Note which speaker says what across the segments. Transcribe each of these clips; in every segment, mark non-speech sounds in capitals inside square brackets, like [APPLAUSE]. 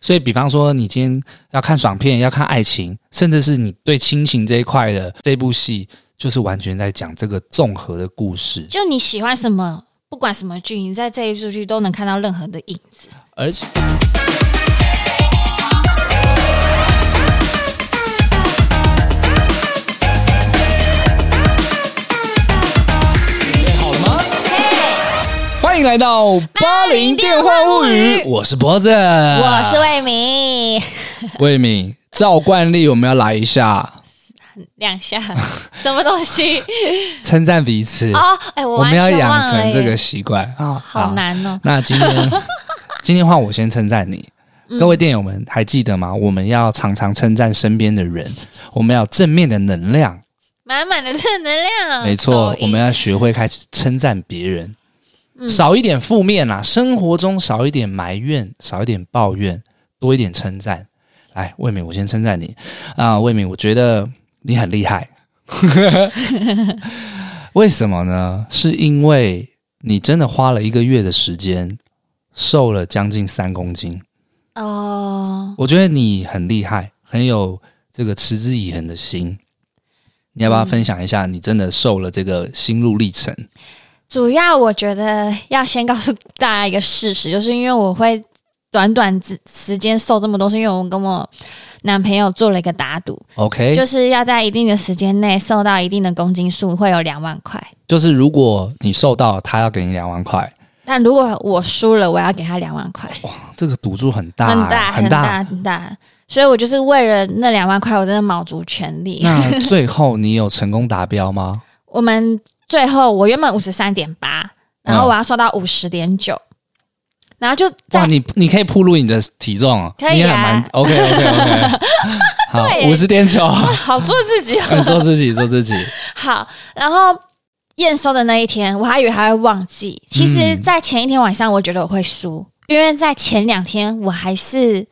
Speaker 1: 所以，比方说你今天要看爽片，要看爱情，甚至是你对亲情这一块的这部戏，就是完全在讲这个综合的故事。
Speaker 2: 就你喜欢什么，不管什么剧，你在这一部剧都能看到任何的影子。
Speaker 1: 而且，好了吗？欢迎来到《八零电话物语》，我是脖子，我
Speaker 2: 我是魏
Speaker 1: [LAUGHS]
Speaker 2: 明，
Speaker 1: 魏敏。照惯例，我们要来一下
Speaker 2: 两下 [LAUGHS] 什么东西？
Speaker 1: 称赞彼此，
Speaker 2: 哦，哎，我
Speaker 1: 我
Speaker 2: 完
Speaker 1: 们
Speaker 2: 全
Speaker 1: 要
Speaker 2: 忘了
Speaker 1: 养成这
Speaker 2: 耶
Speaker 1: 个习惯啊，
Speaker 2: 好。难哦。
Speaker 1: 那今
Speaker 2: [LAUGHS]
Speaker 1: 天今天换我先称赞你，
Speaker 2: 嗯
Speaker 1: 各位电友们还记得吗？我们要常常称赞身边的人，我们要有正面的能量，
Speaker 2: 满满的正能量，
Speaker 1: 没错
Speaker 2: 抖，音
Speaker 1: 我们要学会开始称赞别人，
Speaker 2: 嗯
Speaker 1: 少一点负面啦，生活中少一点埋怨，少一点抱怨，多一点称赞。来，魏敏，我先称赞你啊、魏敏，我觉得你很厉害， [LAUGHS] 为什么呢？是因为你真的花了一个月的时间，瘦了将近三公斤。
Speaker 2: 哦，
Speaker 1: 我觉得你很厉害，很有这个持之以恒的心。你要不要分享一下你真的受了这个心路历程？
Speaker 2: 主要我觉得要先告诉大家一个事实，就是因为我会短短时时间瘦这么多，是因为我跟我男朋友做了一个打赌，
Speaker 1: OK，就
Speaker 2: 就是要在一定的时间内瘦到一定的公斤数，会有两万块。
Speaker 1: 是如果你受到，他要给你两万块，
Speaker 2: 但如果我输了，我要给他两万块，
Speaker 1: 这个赌注很大、欸
Speaker 2: 很大
Speaker 1: 很
Speaker 2: 很大很大。所以我就是为了那两万块，我真的卯足全力。
Speaker 1: 那最后你有成功达标吗？
Speaker 2: [LAUGHS] 我们最后我原本五十三点八，然后我要瘦到五十点九，然后就
Speaker 1: 哇，
Speaker 2: [LAUGHS] 在
Speaker 1: 你你可以铺路你的体重哦，
Speaker 2: 可以啊
Speaker 1: 你也蛮 OK OK
Speaker 2: [LAUGHS]
Speaker 1: OK，好，
Speaker 2: 对
Speaker 1: 五十点九， [LAUGHS]
Speaker 2: 好做自己哦。
Speaker 1: 嗯做自己做自己，
Speaker 2: [LAUGHS] 好，然后验收的那一天，我还以为还会忘记，其实，
Speaker 1: 嗯
Speaker 2: 在前一天晚上，我觉得我会输，因为在前两天我还是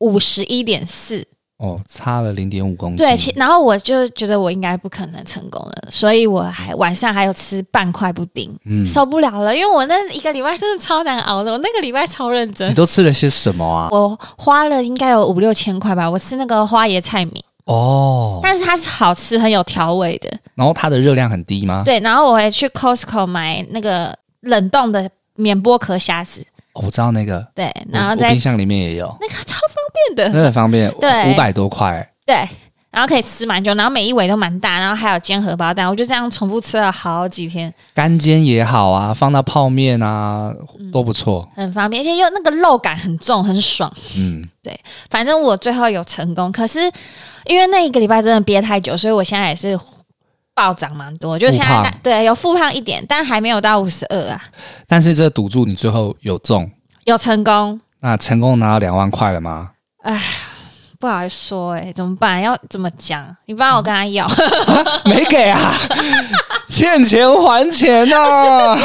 Speaker 2: 五十一点四，
Speaker 1: 哦，差了零点五公斤，
Speaker 2: 对，其然后我就觉得我应该不可能成功了，所以我还晚上还有吃半块布丁，
Speaker 1: 嗯，
Speaker 2: 受不了了，因为我那一个礼拜真的超难熬的，我那个礼拜超认
Speaker 1: 你 [LAUGHS]
Speaker 2: 真。
Speaker 1: 都吃了些什么啊？
Speaker 2: 我花了应该有五六千块吧，我吃那个花椰菜米，
Speaker 1: 哦，
Speaker 2: 但是它是好吃很有调味的，
Speaker 1: 然后它的热量很低吗？
Speaker 2: 对，然后我还去 Costco 买那个冷冻的免剥壳虾子，
Speaker 1: 哦我知道那个，
Speaker 2: 对，
Speaker 1: 我
Speaker 2: 然后
Speaker 1: 我
Speaker 2: 再
Speaker 1: 冰箱嗯里面也
Speaker 2: [LAUGHS]
Speaker 1: 有，
Speaker 2: 那个超方便
Speaker 1: 那
Speaker 2: 的，
Speaker 1: 个很方便，
Speaker 2: 对
Speaker 1: 五百多块，
Speaker 2: 对，然后可以吃蛮久，然后每一尾都蛮大，然后还有煎荷包蛋，我就这样重复吃了好几天，
Speaker 1: 干煎也好啊，放到泡面啊
Speaker 2: 嗯
Speaker 1: 都不错。
Speaker 2: 很方便，而且又那个肉感很重，很爽。
Speaker 1: 嗯，
Speaker 2: 反正我最后有成功，可是因为那一个礼拜真的憋太久，所以我现在也是。暴涨蛮多，就现在
Speaker 1: 复
Speaker 2: 大
Speaker 1: 胖
Speaker 2: 对有复胖一点，但还没有到五十二啊，
Speaker 1: 但是这赌注你最后有中，
Speaker 2: 有成功，
Speaker 1: 那成功拿到两万块了
Speaker 2: [LAUGHS]
Speaker 1: 吗？
Speaker 2: 不好意思说哎、怎么办？要怎么讲？你帮我跟他要，
Speaker 1: 没给啊，欠钱还钱呐、啊！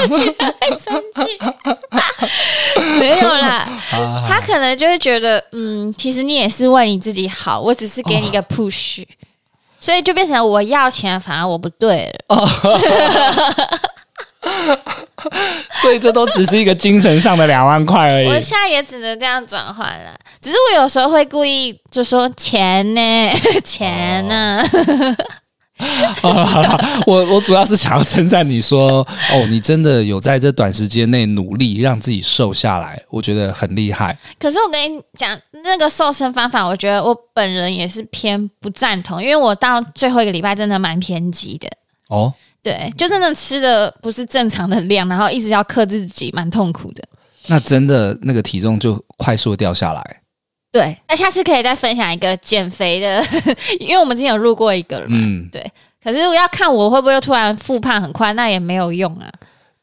Speaker 2: [LAUGHS] 没有啦，
Speaker 1: 啊
Speaker 2: 他可能就会觉得，嗯，其实你也是为你自己好，我只是给
Speaker 1: 哦
Speaker 2: 你一个 push，、所以就变成我要钱，反而我不对了。
Speaker 1: 所以这都只是一个精神上的两万块而
Speaker 2: 我
Speaker 1: 已。
Speaker 2: 现在也只能这样转换了。只是我有时候会故意就说钱呢、 [LAUGHS] 钱呢、
Speaker 1: 好了好了，我我主要是想要称赞你说，哦，你真的有在这短时间内努力让自己瘦下来，我觉得很厉害。
Speaker 2: 可是我跟你讲，那个瘦身方法，我觉得我本人也是偏不赞同，因为我到最后一个礼拜真的蛮偏激的。
Speaker 1: 哦，
Speaker 2: 对，就真的吃的不是正常的量，然后一直要克制自己，蛮痛苦的。
Speaker 1: 那真的那个体重就快速地掉下来。
Speaker 2: 对，那下次可以再分享一个减肥的， [LAUGHS] 因为我们之前有录过一个了嘛。
Speaker 1: 嗯，
Speaker 2: 可是我要看我会不会突然复胖很快，那也没有用啊。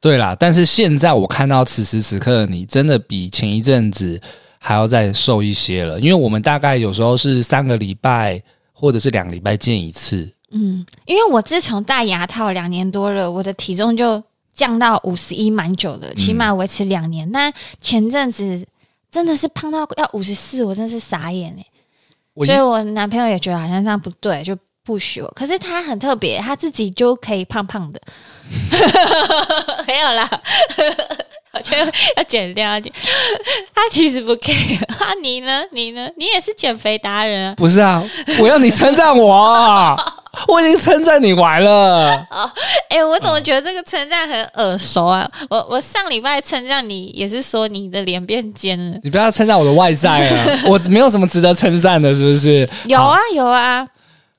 Speaker 1: 对啦。但是现在我看到此时此刻，你真的比前一阵子还要再瘦一些了，因为我们大概有时候是三个礼拜或者是两个礼拜见一次。
Speaker 2: 嗯，因为我自从戴牙套两年多了，我的体重就降到五十一，蛮久
Speaker 1: 嗯
Speaker 2: 的，起码维持两年。但前阵子真的是胖到要五十四，我真是傻眼哎、
Speaker 1: 我一
Speaker 2: 所以我男朋友也觉得好像这样不对，就不许我。可是他很特别， [LAUGHS] 他自己就可以胖胖的，没有啦，好觉得要剪掉，要剪。 [LAUGHS] 他其实不 care 啊，你呢？你呢？你也是减肥达人啊。
Speaker 1: 不是
Speaker 2: [LAUGHS]
Speaker 1: 啊，我要你称赞我啊，我已经称赞你完了。
Speaker 2: 哎、我怎么觉得这个称赞很耳熟啊？我我上礼拜称赞你也是说你的脸变尖了，
Speaker 1: 你不要称赞我的外在
Speaker 2: [LAUGHS]
Speaker 1: 啊，我没有什么值得称赞的，是不是？
Speaker 2: 有啊有啊，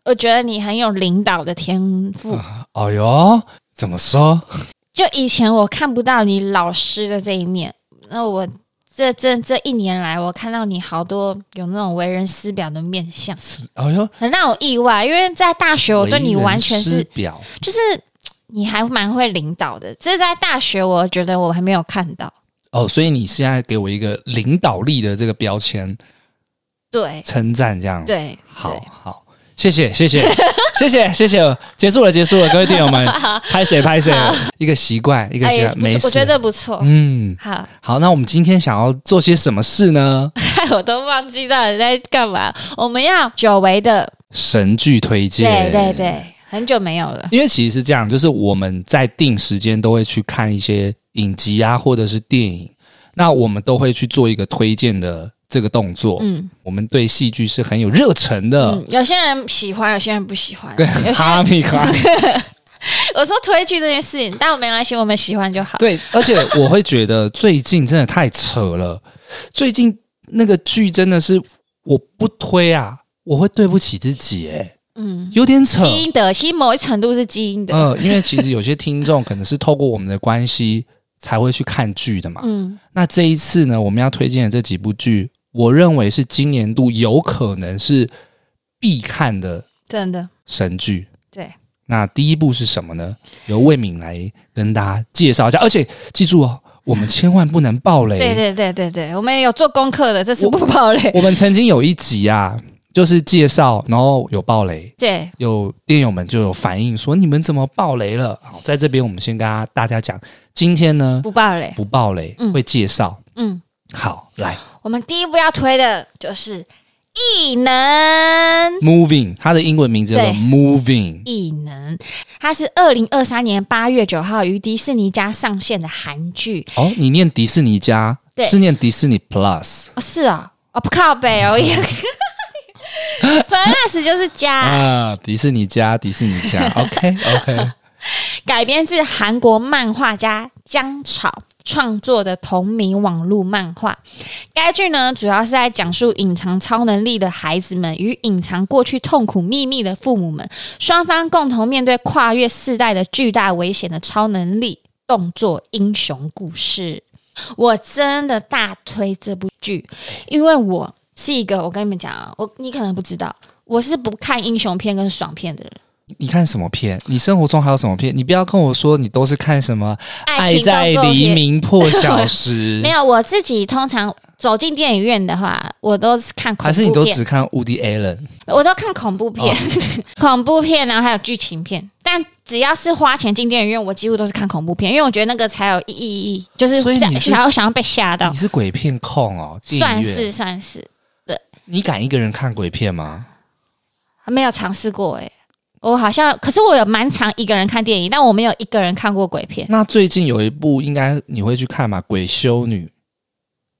Speaker 2: 我觉得你很有领导的天赋。
Speaker 1: 哦哟，怎么说？
Speaker 2: 就以前我看不到你老师的这一面，那我这这这一年来，我看到你好多有那种为人师表的面相，
Speaker 1: 哦哟，
Speaker 2: 很让我意外。因为在大学，我对你完全
Speaker 1: 为人师
Speaker 2: 是
Speaker 1: 表，
Speaker 2: 就是嘖你还蛮会领导的，这在大学我觉得我还没有看到。
Speaker 1: 哦，所以你现在给我一个领导力的这个标签
Speaker 2: 对
Speaker 1: 称赞，这样子
Speaker 2: 对，
Speaker 1: 好好，谢谢谢谢谢谢谢谢，结束了结束了，各位队友
Speaker 2: [LAUGHS]
Speaker 1: 们，拍谁拍谁，一个习惯一
Speaker 2: 对，
Speaker 1: 个习
Speaker 2: 哎，
Speaker 1: 惯，
Speaker 2: 不
Speaker 1: 没
Speaker 2: 错，
Speaker 1: 事，
Speaker 2: 我觉得不错。
Speaker 1: 嗯，
Speaker 2: 好， [LAUGHS]
Speaker 1: 好，那我们今天想要做些什么事呢？
Speaker 2: 害我都忘记到底在干嘛。我们要久违的，
Speaker 1: 神剧推荐，
Speaker 2: 对对。对，很久没有了。
Speaker 1: 因为其实是这样，就是我们在定时间都会去看一些影集啊，或者是电影，那我们都会去做一个推荐的这个动作。
Speaker 2: 嗯
Speaker 1: 我们对戏剧是很有热忱的，
Speaker 2: 嗯，有些人喜欢，有些人不喜欢。
Speaker 1: 呃 [LAUGHS] 对
Speaker 2: 有些人
Speaker 1: 哈密瓜，
Speaker 2: 我说推剧这件事情，但我没关系，我们喜欢就好。
Speaker 1: 对，而且我会觉得最近真的太扯了，最近那个剧真的是我不推啊，我会对不起自己、欸，
Speaker 2: 嗯，
Speaker 1: 有点扯。
Speaker 2: 基因的，其实某一程度是基因的。
Speaker 1: 嗯、因为其实有些听众可能是透过我们的关系才会去看剧的嘛。
Speaker 2: 嗯，
Speaker 1: 那这一次呢，我们要推荐的这几部剧，我认为是今年度有可能是必看的
Speaker 2: 真的，
Speaker 1: 神剧。
Speaker 2: 对，
Speaker 1: 那第一部是什么呢？由魏敏来跟大家介绍一下，而且记住哦，我们千万不能爆雷。
Speaker 2: 对对对对对，我们也有做功课的，这次不爆雷。
Speaker 1: 我们曾经有一集啊，就是介绍，然后有爆雷，
Speaker 2: 对，
Speaker 1: 有电友们就有反映说你们怎么爆雷了？好，在这边我们先跟大家讲，今天呢
Speaker 2: 不爆雷。
Speaker 1: 不爆雷，
Speaker 2: 嗯
Speaker 1: 会介绍。
Speaker 2: 嗯，
Speaker 1: 好，来
Speaker 2: 我们第一步要推的就是异能。
Speaker 1: ，Moving，它的英文名字叫做
Speaker 2: 对
Speaker 1: Moving。
Speaker 2: 异能，它是二零二三年八月九号于迪士尼家上线的韩剧。
Speaker 1: 哦，你念迪士尼家
Speaker 2: 对
Speaker 1: 是念迪士尼 Plus
Speaker 2: 哦，是啊、哦，不靠北哦。Plus 就是家，
Speaker 1: 啊，迪士尼家，迪士尼
Speaker 2: [LAUGHS]
Speaker 1: 家，OK OK，
Speaker 2: 改编自韩国漫画家姜草创作的同名网络漫画。该剧呢，主要是在讲述隐藏超能力的孩子们与隐藏过去痛苦秘密的父母们，双方共同面对跨越世代的巨大危险的超能力动作英雄故事。我真的大推这部剧，因为我是一个，我跟你们讲啊，我你可能不知道，我是不看英雄片跟爽片的人，
Speaker 1: 你看什么片？你生活中还有什么片？你不要跟我说你都是看什么《
Speaker 2: 爱
Speaker 1: 爱
Speaker 2: 情
Speaker 1: 在
Speaker 2: 动作
Speaker 1: 黎
Speaker 2: 片。
Speaker 1: 明破晓时
Speaker 2: [LAUGHS] 没》，有，我自己通常走进电影院的话，我都是看
Speaker 1: [LAUGHS]
Speaker 2: 恐
Speaker 1: 还是你
Speaker 2: 怖
Speaker 1: 都
Speaker 2: 片，
Speaker 1: 只看 Woody Allen？
Speaker 2: 我都看恐怖片、
Speaker 1: 哦
Speaker 2: [LAUGHS] 恐怖片，然后还有剧情片。但只要是花钱进电影院，我几乎都是看恐怖片，因为我觉得那个才有意义，就是
Speaker 1: 所以
Speaker 2: 在
Speaker 1: 你是
Speaker 2: 想要想要被吓到
Speaker 1: 你，是鬼片控哦，电影
Speaker 2: 算
Speaker 1: 院
Speaker 2: 是算是
Speaker 1: 你敢一个人看鬼片吗？
Speaker 2: 没有尝试过诶、欸我好像，可是我有蛮常一个人看电影，但我没有一个人看过鬼片，
Speaker 1: 那最近有一部应该你会去看嘛，《鬼修女》，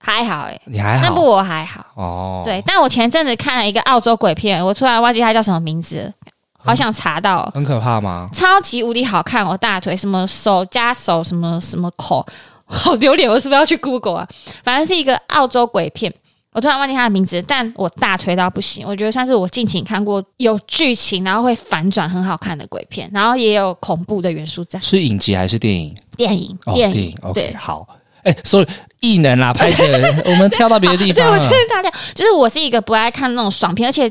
Speaker 2: 还好诶、
Speaker 1: 你还
Speaker 2: 那部
Speaker 1: 好
Speaker 2: 我还好。
Speaker 1: 哦？
Speaker 2: 对，，但我前阵子看了一个澳洲鬼片，我突然忘记它叫什么名字了，好想查到哦、
Speaker 1: 很可怕吗？
Speaker 2: 超级无敌好看，我大腿什么手加手什么什么口，好丢脸，我是不是要去 Google 啊？反正是一个澳洲鬼片，我突然忘记它的名字，但我大腿到不行，我觉得算是我近期看过有剧情，然后会反转很好看的鬼片，然后也有恐怖的元素在
Speaker 1: 是影集还是电影？
Speaker 2: 电影，
Speaker 1: 哦，
Speaker 2: 电
Speaker 1: 电
Speaker 2: 影
Speaker 1: 影。OK，
Speaker 2: 对。
Speaker 1: 好。哎、所以异能
Speaker 2: [LAUGHS]
Speaker 1: 啦，拍的我们跳到别的地
Speaker 2: 对，
Speaker 1: 方
Speaker 2: 我
Speaker 1: 了
Speaker 2: 真。的大掉。就是我是一个不爱看那种爽片，而且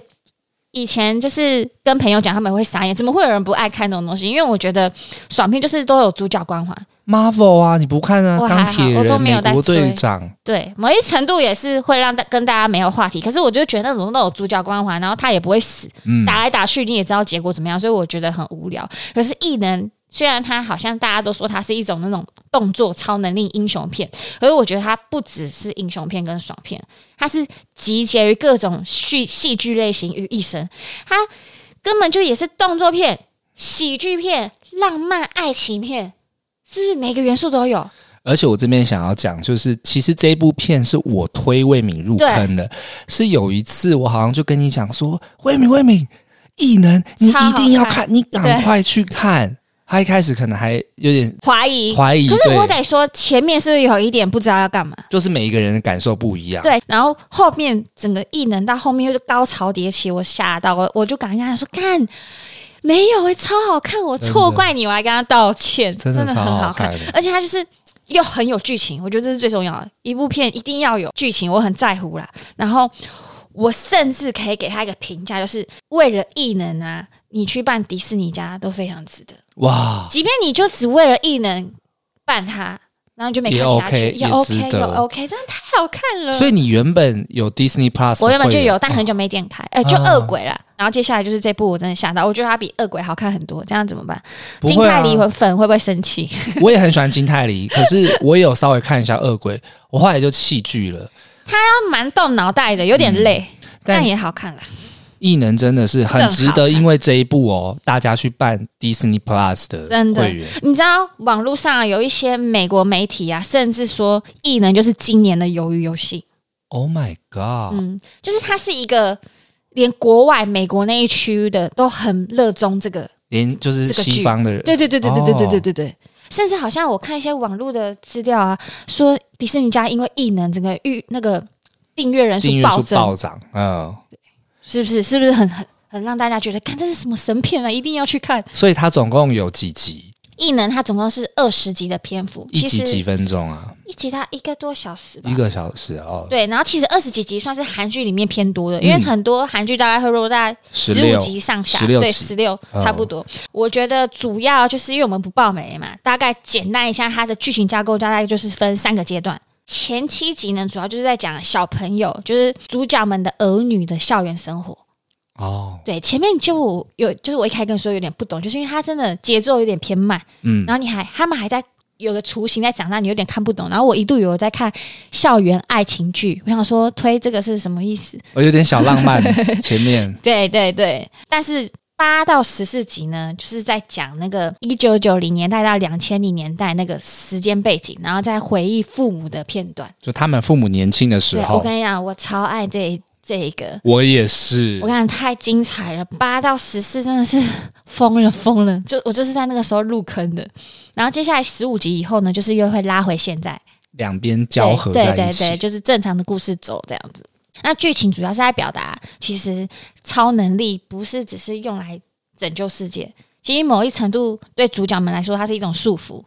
Speaker 2: 以前就是跟朋友讲，他们会傻眼，怎么会有人不爱看那种东西？因为我觉得爽片就是都有主角光环，
Speaker 1: Marvel 啊，你不看啊？
Speaker 2: 我还好
Speaker 1: 钢铁
Speaker 2: 我都
Speaker 1: 人、
Speaker 2: 没有
Speaker 1: 美
Speaker 2: 在
Speaker 1: 国
Speaker 2: 追
Speaker 1: 队长，
Speaker 2: 对，某一程度也是会让大跟大家没有话题。可是我就觉得那种那种主角光环，然后他也不会死，
Speaker 1: 嗯，
Speaker 2: 打来打去你也知道结果怎么样，所以我觉得很无聊。可是异能虽然它好像大家都说它是一种那种动作超能力英雄片，可是我觉得它不只是英雄片跟爽片，它是集结于各种戏戏剧类型于一身，它根本就也是动作片、喜剧片、浪漫爱情片，是不是每个元素都有？
Speaker 1: 而且我这边想要讲，就是其实这部片是我推魏敏入坑的，是有一次我好像就跟你讲说，魏敏魏敏，异能你
Speaker 2: 超好
Speaker 1: 一定要
Speaker 2: 看
Speaker 1: 看，你赶快去看。他一开始可能还有点
Speaker 2: 怀疑。
Speaker 1: 怀疑，
Speaker 2: 可是我
Speaker 1: 对
Speaker 2: 得说，前面是不是有一点不知道要干嘛？
Speaker 1: 就是每一个人的感受不一样。
Speaker 2: 对，然后后面整个异能到后面就高潮迭起，我吓到我，我就赶快跟他说：“看，没有诶、哎超好看，我
Speaker 1: 真的
Speaker 2: 错怪你，我还跟他道歉，真
Speaker 1: 真的
Speaker 2: 很
Speaker 1: 超
Speaker 2: 好
Speaker 1: 好看的
Speaker 2: 而且他就是。”又很有剧情，我觉得这是最重要的。一部片一定要有剧情，我很在乎啦。然后我甚至可以给他一个评价，就是为了异能啊，你去办迪士尼家都非常值得。
Speaker 1: 哇，
Speaker 2: 即便你就只为了异能办它，然后你就没看
Speaker 1: 也
Speaker 2: 下去，
Speaker 1: OK，
Speaker 2: 也
Speaker 1: 也
Speaker 2: OK，
Speaker 1: 值得
Speaker 2: 也 OK，真的太好看了。
Speaker 1: 所以你原本有 Disney Plus，
Speaker 2: 我原本就
Speaker 1: 会
Speaker 2: 有，但很久没点开，呃，
Speaker 1: 啊
Speaker 2: 就恶鬼啦。然后接下来就是这部，我真的吓到，我觉得它比恶鬼好看很多。这样怎么办？
Speaker 1: 不
Speaker 2: 金
Speaker 1: 会啊嗯
Speaker 2: 泰梨粉会不会生气？
Speaker 1: 我也很喜欢金泰梨，可是我也有稍微看一下《恶鬼》，我后来就弃剧了。
Speaker 2: 它蛮动脑袋的，有点累，
Speaker 1: 嗯但
Speaker 2: 但也好看啦。
Speaker 1: 异能真的是很值得，因为这一部哦，大家去办 Disney Plus 的
Speaker 2: 真的
Speaker 1: 会员，
Speaker 2: 你知道网络上啊有一些美国媒体啊，甚至说异能就是今年的鱿鱼游戏，
Speaker 1: Oh my god！、
Speaker 2: 嗯，就是它是一个连国外美国那一区的都很热衷这个
Speaker 1: 连就是
Speaker 2: 这个剧
Speaker 1: 西方的人，
Speaker 2: 对对对对对对对
Speaker 1: 哦
Speaker 2: 对对对。甚至好像我看一些网络的资料啊，说迪士尼家因为异能，整个预那个订阅人数
Speaker 1: 订阅
Speaker 2: 暴
Speaker 1: 数
Speaker 2: 增，
Speaker 1: 暴涨，嗯，
Speaker 2: 是不是？是不是很很很让大家觉得，看这是什么神片啊，一定要去看。
Speaker 1: 所以它总共有几集？
Speaker 2: 异能它总共是二十集的篇幅，
Speaker 1: 一
Speaker 2: 其实
Speaker 1: 集几分钟啊？
Speaker 2: 一集它一个多小时吧
Speaker 1: 一。个小时哦，
Speaker 2: 对，然后其实二十几集算是韩剧里面偏多的，因为很多韩剧大概会落在
Speaker 1: 十
Speaker 2: 十
Speaker 1: 六
Speaker 2: 五集上下，
Speaker 1: 16
Speaker 2: 对，
Speaker 1: 集
Speaker 2: 十六
Speaker 1: 哦
Speaker 2: 差不多。我觉得主要就是因为我们不爆雷嘛，大概简单一下它的剧情架构，大概就是分三个阶段。前七集呢，主要就是在讲小朋友，就是主角们的儿女的校园生活。
Speaker 1: 哦，
Speaker 2: 对，前面就有，就是我一开始跟你说有点不懂，就是因为它真的节奏有点偏慢，
Speaker 1: 嗯，
Speaker 2: 然后你还他们还在有个雏形在长大，你有点看不懂。然后我一度有在看校园爱情剧，我想说推这个是什么意思？
Speaker 1: 我有点小浪
Speaker 2: [LAUGHS]
Speaker 1: 漫，前面
Speaker 2: 对对对，但是。八到十四集呢，就是在讲那个一九九零年代到两千零年代那个时间背景，然后再回忆父母的片段。
Speaker 1: 就他们父母年轻的时
Speaker 2: 对，我
Speaker 1: 候，
Speaker 2: 跟你讲，我超爱这这一个，
Speaker 1: 我也是
Speaker 2: 我，跟你讲太精彩了。八到十四真的是疯了疯了，就我就是在那个时候入坑的。然后接下来十五集以后呢，就是又会拉回现在，
Speaker 1: 两边交合
Speaker 2: 对
Speaker 1: 在
Speaker 2: 对
Speaker 1: 一
Speaker 2: 对对，
Speaker 1: 起，
Speaker 2: 就是正常的故事走这样子。那剧情主要是在表达，其实超能力不是只是用来拯救世界，其实某一程度对主角们来说，它是一种束缚。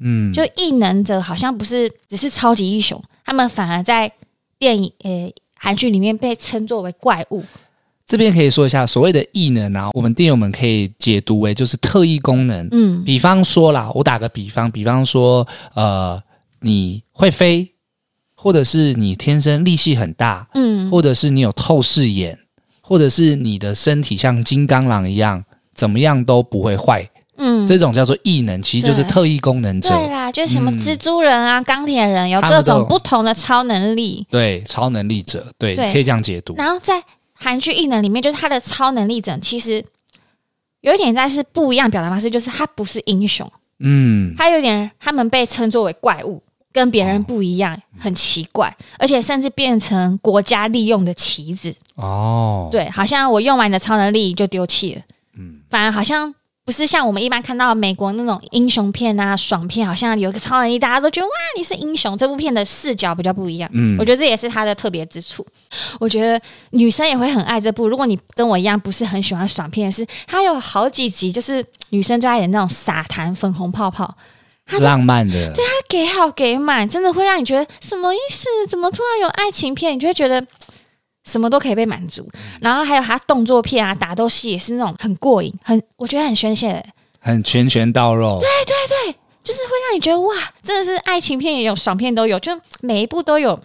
Speaker 1: 嗯，
Speaker 2: 就异能者好像不是只是超级英雄，他们反而在电影呃韩剧里面被称作为怪物。
Speaker 1: 这边可以说一下所谓的异能啊，我们电友们可以解读为就是特异功能。
Speaker 2: 嗯，
Speaker 1: 比方说啦，我打个比方，比方说，呃，你会飞，或者是你天生力气很大，
Speaker 2: 嗯，
Speaker 1: 或者是你有透视眼，或者是你的身体像金刚狼一样，怎么样都不会坏，
Speaker 2: 嗯，
Speaker 1: 这种叫做异能，其实就是
Speaker 2: 对
Speaker 1: 特异功能者，
Speaker 2: 对啦，就是什么
Speaker 1: 嗯
Speaker 2: 蜘蛛人啊、钢铁人，有
Speaker 1: 他们
Speaker 2: 各
Speaker 1: 都有
Speaker 2: 种不同的超能力。
Speaker 1: 对，超能力者，对，
Speaker 2: 对
Speaker 1: 可以这样解读。
Speaker 2: 然后在韩剧《异能》里面，就是他的超能力者，其实有一点在是不一样表达方式，就是他不是英雄，
Speaker 1: 嗯，
Speaker 2: 他有点他们被称作为怪物，跟别人不一样，很奇怪，而且甚至变成国家利用的棋子。
Speaker 1: 哦，，
Speaker 2: 对，好像我用完你的超能力就丢弃了，嗯，反而好像。不是像我们一般看到美国那种英雄片啊、爽片，好像有一个超能力，大家都觉得哇，你是英雄。这部片的视角比较不一样，
Speaker 1: 嗯
Speaker 2: 我，觉得这也是它的特别之处。我觉得女生也会很爱这部。如果你跟我一样不是很喜欢爽片，是它有好几集就是女生最爱演那种撒糖粉红泡泡，他就
Speaker 1: 浪漫的，
Speaker 2: 它给好给满，真的会让你觉得什么意思？怎么突然有爱情片？你就会觉得。什么都可以被满足，然后还有它动作片啊、打斗戏也是那种很过瘾，很我觉得很宣泄的，
Speaker 1: 很拳拳到肉，
Speaker 2: 就是会让你觉得哇，真的是爱情片也有，爽片都有，就每一部都有，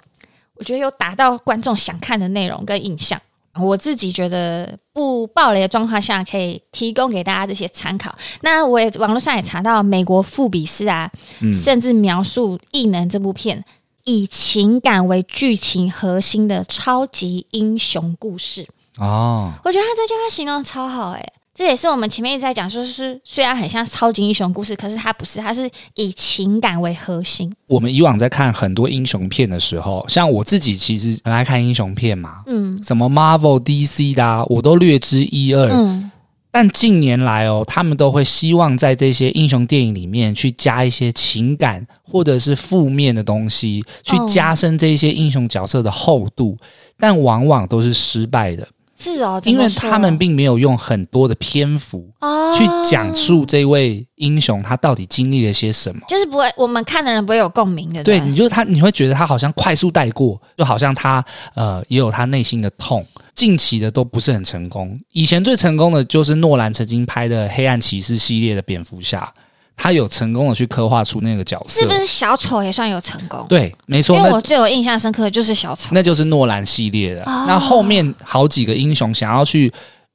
Speaker 2: 我觉得有达到观众想看的内容跟印象。我自己觉得不暴雷的状况下，可以提供给大家这些参考。那我也网络上也查到，美国富比斯啊，
Speaker 1: 嗯
Speaker 2: 甚至描述《异能》这部片以情感为剧情核心的超级英雄故事。
Speaker 1: 哦，
Speaker 2: 我觉得他这句话形容得超好哎、这也是我们前面一直在讲，说是虽然很像超级英雄故事，可是它不是，它是以情感为核心。
Speaker 1: 我们以往在看很多英雄片的时候，像我自己其实很爱看英雄片嘛，
Speaker 2: 嗯
Speaker 1: 什么 Marvel、DC 的、啊，我都略知一二。
Speaker 2: 嗯，
Speaker 1: 但近年来哦，他们都会希望在这些英雄电影里面去加一些情感或者是负面的东西，去
Speaker 2: 哦
Speaker 1: 加深这些英雄角色的厚度，但往往都是失败的，
Speaker 2: 是哦，怎
Speaker 1: 因
Speaker 2: 么
Speaker 1: 为
Speaker 2: 说
Speaker 1: 他们并没有用很多的篇幅
Speaker 2: 哦
Speaker 1: 去讲述这位英雄他到底经历了些什么。
Speaker 2: 就是不会，我们看的人不会有共鸣的。
Speaker 1: 对，
Speaker 2: 不
Speaker 1: 你就他，你会觉得他好像快速带过，就好像他呃也有他内心的痛。近期的都不是很成功，以前最成功的就是诺兰曾经拍的《黑暗骑士》系列的蝙蝠侠，他有成功的去刻画出那个角色。
Speaker 2: 是不是小丑也算有成功？
Speaker 1: 对，没错，
Speaker 2: 因为我
Speaker 1: 那
Speaker 2: 最有印象深刻的就是小丑。
Speaker 1: 那就是诺兰系列的。
Speaker 2: 哦
Speaker 1: 那后面好几个英雄想要去。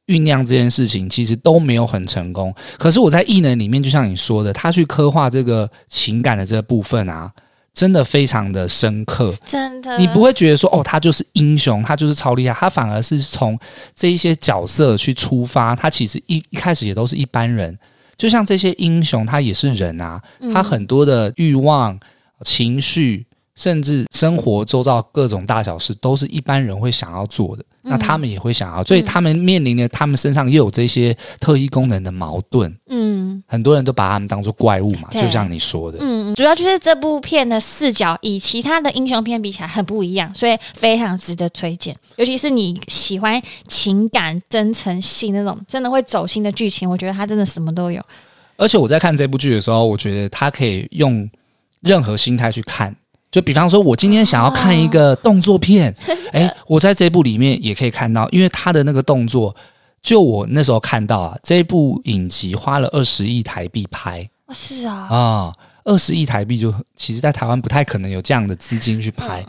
Speaker 1: 酝酿这件事情其实都没有很成功，可是我在异能里面，就像你说的，他去刻画这个情感的这部分啊，真的非常的深刻。
Speaker 2: 真的，
Speaker 1: 你不会觉得说哦，他就是英雄，他就是超厉害，他反而是从这一些角色去出发，他其实一一开始也都是一般人，就像这些英雄，他也是人啊，
Speaker 2: 嗯
Speaker 1: 他很多的欲望、情绪，甚至生活周遭各种大小事，都是一般人会想要做的，
Speaker 2: 嗯
Speaker 1: 那他们也会想要，所以他们面临的，他们身上又有这些特异功能的矛盾，
Speaker 2: 嗯
Speaker 1: 很多人都把他们当做怪物嘛，
Speaker 2: 对
Speaker 1: 就像你说的，
Speaker 2: 嗯，主要就是这部片的视角以其他的英雄片比起来很不一样，所以非常值得推荐。尤其是你喜欢情感真诚戏那种真的会走心的剧情，我觉得它真的什么都有。
Speaker 1: 而且我在看这部剧的时候，我觉得它可以用任何心态去看。就比方说，我今天想要看一个动作片，诶，我在这部里面也可以看到，因为它的那个动作，就我那时候看到啊，这部影集花了二十亿台币拍
Speaker 2: 哦，是啊，
Speaker 1: 啊，二十亿台币就其实在台湾不太可能有这样的资金去拍，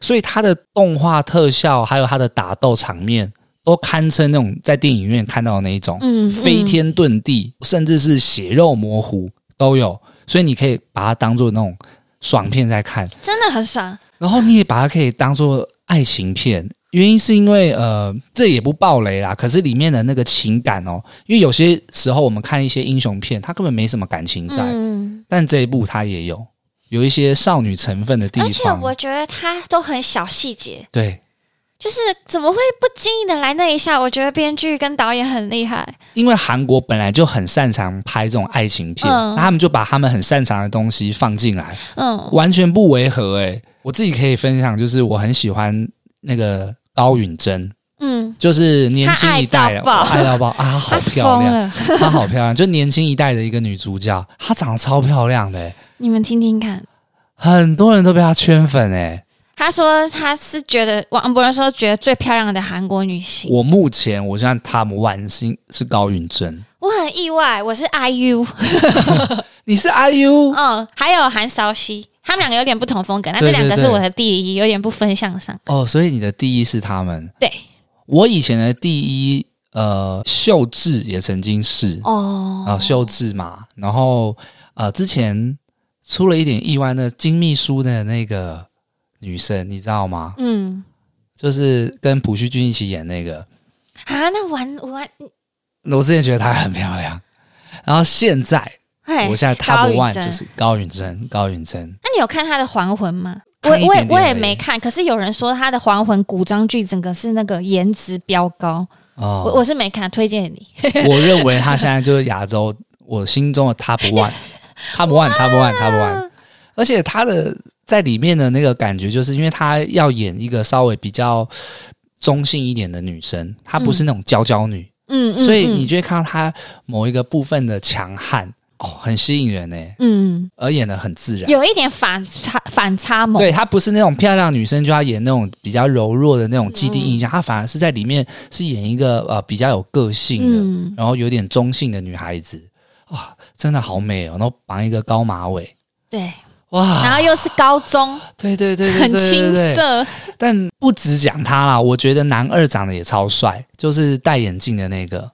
Speaker 1: 所以它的动画特效还有它的打斗场面，都堪称那种在电影院看到的那一种。
Speaker 2: 嗯，
Speaker 1: 啊飞
Speaker 2: 嗯
Speaker 1: 天遁地，甚至是血肉模糊都有，所以你可以把它当做那种爽片在看，
Speaker 2: 真的很爽。
Speaker 1: 然后你也把它可以当做爱情片。原因是因为呃，这也不爆雷啦，可是里面的那个情感哦，因为有些时候我们看一些英雄片，它根本没什么感情在，
Speaker 2: 嗯，
Speaker 1: 但这一部它也有有一些少女成分的地
Speaker 2: 而且
Speaker 1: 方。
Speaker 2: 我觉得它都很小细节，
Speaker 1: 对，
Speaker 2: 就是怎么会不经意的来那一下？我觉得编剧跟导演很厉害。
Speaker 1: 因为韩国本来就很擅长拍这种爱情片，
Speaker 2: 嗯
Speaker 1: 那他们就把他们很擅长的东西放进来，
Speaker 2: 嗯，
Speaker 1: 完全不违和诶、我自己可以分享，就是我很喜欢那个高允贞，
Speaker 2: 嗯，
Speaker 1: 就是年轻一代的，
Speaker 2: 她爱到爆
Speaker 1: 我爱到爆啊，
Speaker 2: 他
Speaker 1: 好漂
Speaker 2: 疯
Speaker 1: 亮，
Speaker 2: 了，
Speaker 1: 她好漂亮，就年轻一代的一个女主角，她长得超漂亮的、欸，
Speaker 2: 你们听听看。
Speaker 1: 很多人都被她圈粉欸诶、
Speaker 2: 他说他是觉得王博仁说觉得最漂亮的韩国女星，
Speaker 1: 我目前我现在他们万星是高允贞，
Speaker 2: 我很意外，我是 IU，
Speaker 1: 哦你是 IU，
Speaker 2: 嗯，还有韩韶熙，他们两个有点不同风格，那
Speaker 1: 对
Speaker 2: 这两个
Speaker 1: 对
Speaker 2: 是
Speaker 1: 对
Speaker 2: 我的第一，有点不分向上。
Speaker 1: 哦，所以你的第一是他们，
Speaker 2: 对，
Speaker 1: 我以前的第一呃秀智也曾经是
Speaker 2: 哦，
Speaker 1: 啊，秀智嘛，然后呃，之前出了一点意外呢，金秘书的那个女生，你知道吗？
Speaker 2: 嗯，
Speaker 1: 就是跟朴叙俊一起演那个，
Speaker 2: 啊，那玩玩，
Speaker 1: 我之前觉得她很漂亮，然后现在
Speaker 2: 哎，
Speaker 1: 我现在
Speaker 2: 高
Speaker 1: top
Speaker 2: 允
Speaker 1: one
Speaker 2: 贞
Speaker 1: 就是高允贞，高允贞，
Speaker 2: 那你有看他的《还魂》吗？我
Speaker 1: 看一
Speaker 2: 我也
Speaker 1: 点点
Speaker 2: 我也
Speaker 1: 而已
Speaker 2: 没看，可是有人说他的《还魂》古装剧整个是那个颜值飙高，
Speaker 1: 哦，
Speaker 2: 我我是没看，推荐你。
Speaker 1: [LAUGHS] 我认为她现在就是亚洲我心中的 top
Speaker 2: [LAUGHS]
Speaker 1: one，top one，top one，top one，而且她的在里面的那个感觉，就是因为她要演一个稍微比较中性一点的女生，她不是那种娇娇女。
Speaker 2: 嗯，嗯
Speaker 1: 所以你
Speaker 2: 嗯
Speaker 1: 就会看到他某一个部分的强悍哦，很吸引人呢、
Speaker 2: 嗯
Speaker 1: 而演的很自然。
Speaker 2: 有一点反差反差萌，
Speaker 1: 对她不是那种漂亮女生就要演那种比较柔弱的那
Speaker 2: 嗯
Speaker 1: 种既定印象，她反而是在里面是演一个呃比较有个性的，
Speaker 2: 嗯
Speaker 1: 然后有点中性的女孩子啊，真的好美哦！然后绑一个高马尾，
Speaker 2: 对，然
Speaker 1: 哇，
Speaker 2: 后又是高中，
Speaker 1: 对啊对对对对
Speaker 2: 很
Speaker 1: 对对
Speaker 2: 青
Speaker 1: 对，
Speaker 2: 涩，
Speaker 1: 但不只讲他啦，我觉得男二长得也超帅，就是戴眼镜的那个。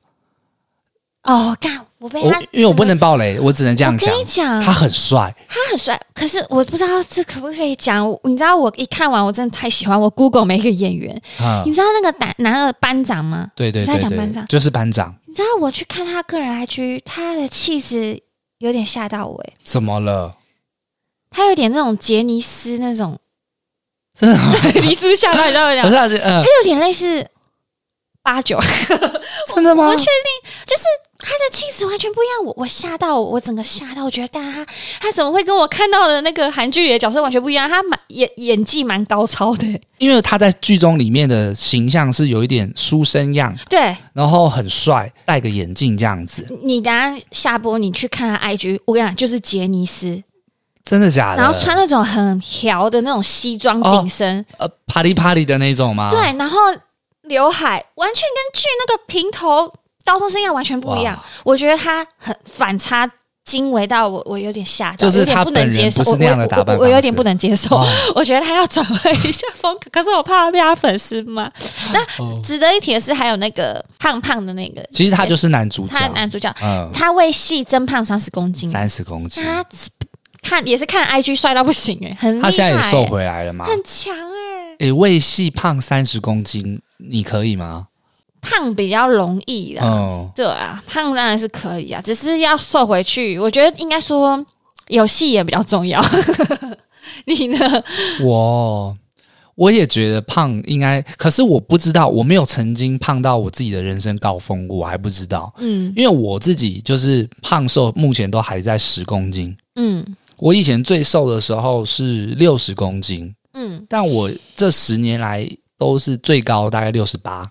Speaker 2: 哦，干，我被
Speaker 1: 我
Speaker 2: 他，
Speaker 1: 因为我不能爆雷，我只能这
Speaker 2: 这
Speaker 1: 样
Speaker 2: 我
Speaker 1: 讲
Speaker 2: 跟。你讲，
Speaker 1: 他很帅，
Speaker 2: 他很帅，可是我不知道这可不可以讲。我你知道我一看完，我真的太喜欢。我 Google 每一个演员，
Speaker 1: 嗯
Speaker 2: 你知道那个男男二班长吗？
Speaker 1: 对对
Speaker 2: 你在
Speaker 1: 对
Speaker 2: 讲
Speaker 1: 对，
Speaker 2: 班长
Speaker 1: 就是班长，
Speaker 2: 你知道我去看他个人 IG，他的气质有点吓到我、欸，
Speaker 1: 怎么了？
Speaker 2: 他有点那种杰尼斯那种， [LAUGHS] 你是不是吓到？你知道我
Speaker 1: [LAUGHS]
Speaker 2: 讲
Speaker 1: 我，下次嗯
Speaker 2: 他，有哎点类似八九，
Speaker 1: 真的吗？
Speaker 2: 我确定，就是他的气质完全不一样。我我吓到我，我整个吓到，我觉得干他他怎么会跟我看到的那个韩剧里的角色完全不一样？他蛮演演技蛮高超的、
Speaker 1: 因为他在剧中里面的形象是有一点书生样，
Speaker 2: 对
Speaker 1: 然后很帅，戴个眼镜这样子，
Speaker 2: 你等一下下播，你去看他 IG，我跟你讲，就是杰尼斯，
Speaker 1: 真的假的？
Speaker 2: 然后穿那种很条的那种西装紧身，
Speaker 1: 呃啪里啪里的那种吗？
Speaker 2: 对，，然后刘海完全跟剧那个平头高中生样完全不一样。我觉得他很反差惊为到我，我有点吓到，
Speaker 1: 就是
Speaker 2: 有点
Speaker 1: 他
Speaker 2: 不能
Speaker 1: 本人
Speaker 2: 接受，
Speaker 1: 不是那样的打扮
Speaker 2: 我我我我有
Speaker 1: 方
Speaker 2: 点
Speaker 1: 式
Speaker 2: 不能接受。
Speaker 1: 哦
Speaker 2: [LAUGHS] 我觉得他要转换一下风格，可是我怕他被他粉丝骂。
Speaker 1: [LAUGHS] 哦
Speaker 2: 值得一提的是，还有那个胖胖的那个，
Speaker 1: 其实他就是男主
Speaker 2: 他
Speaker 1: 角，
Speaker 2: 男主角，
Speaker 1: 嗯，
Speaker 2: 他为戏增胖三十公斤，
Speaker 1: 三十公斤，
Speaker 2: 他看也是看 IG 帅到不行哎、很厉害、
Speaker 1: 他现在也瘦
Speaker 2: 欸
Speaker 1: 回来了吗？
Speaker 2: 很强哎、
Speaker 1: 诶，胃细胖三十公斤，你可以吗？
Speaker 2: 胖比较容易啦。
Speaker 1: 嗯，
Speaker 2: 对啊，胖当然是可以啊，只是要瘦回去。我觉得应该说有戏也比较重要。 [LAUGHS] 你呢？
Speaker 1: 我我也觉得胖应该，可是我不知道，我没有曾经胖到我自己的人生高峰过，我还不知道，
Speaker 2: 嗯
Speaker 1: 因为我自己就是胖瘦，目前都还在十公斤。
Speaker 2: 嗯
Speaker 1: 我以前最瘦的时候是六十公斤，
Speaker 2: 嗯，
Speaker 1: 但我这十年来都是最高大概六十八，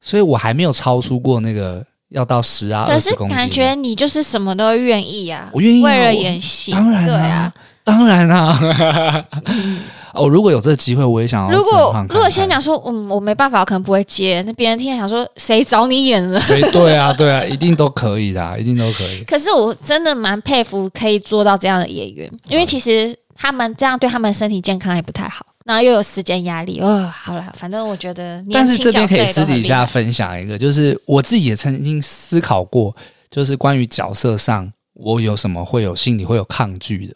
Speaker 1: 所以我还没有超出过那个要到十啊
Speaker 2: 可
Speaker 1: 二
Speaker 2: 是
Speaker 1: 十公斤。
Speaker 2: 感觉你就是什么都愿意啊，
Speaker 1: 我愿意啊
Speaker 2: 为了
Speaker 1: 我
Speaker 2: 演戏，
Speaker 1: 当然
Speaker 2: 对
Speaker 1: 啊
Speaker 2: 啊。嗯
Speaker 1: 当然啊， [LAUGHS] 哦，如果有这个机会，我也想要
Speaker 2: 如
Speaker 1: 增胖
Speaker 2: 果
Speaker 1: 看看。
Speaker 2: 如果先讲说，嗯，我没办法，我可能不会接。那别人听了想说，谁找你演了？
Speaker 1: 谁对啊，对啊，一定都可以的啊、一定都可以。
Speaker 2: 可是我真的蛮佩服可以做到这样的演员，因为
Speaker 1: 嗯
Speaker 2: 其实他们这样对他们身体健康也不太好，然后又有时间压力。哦，好了，反正我觉得年
Speaker 1: 但是
Speaker 2: 轻
Speaker 1: 这边
Speaker 2: 角
Speaker 1: 可以
Speaker 2: 色也都
Speaker 1: 私
Speaker 2: 很
Speaker 1: 底
Speaker 2: 厉害
Speaker 1: 下分享一个，就是我自己也曾经思考过，就是关于角色上，我有什么会有心里会有抗拒的。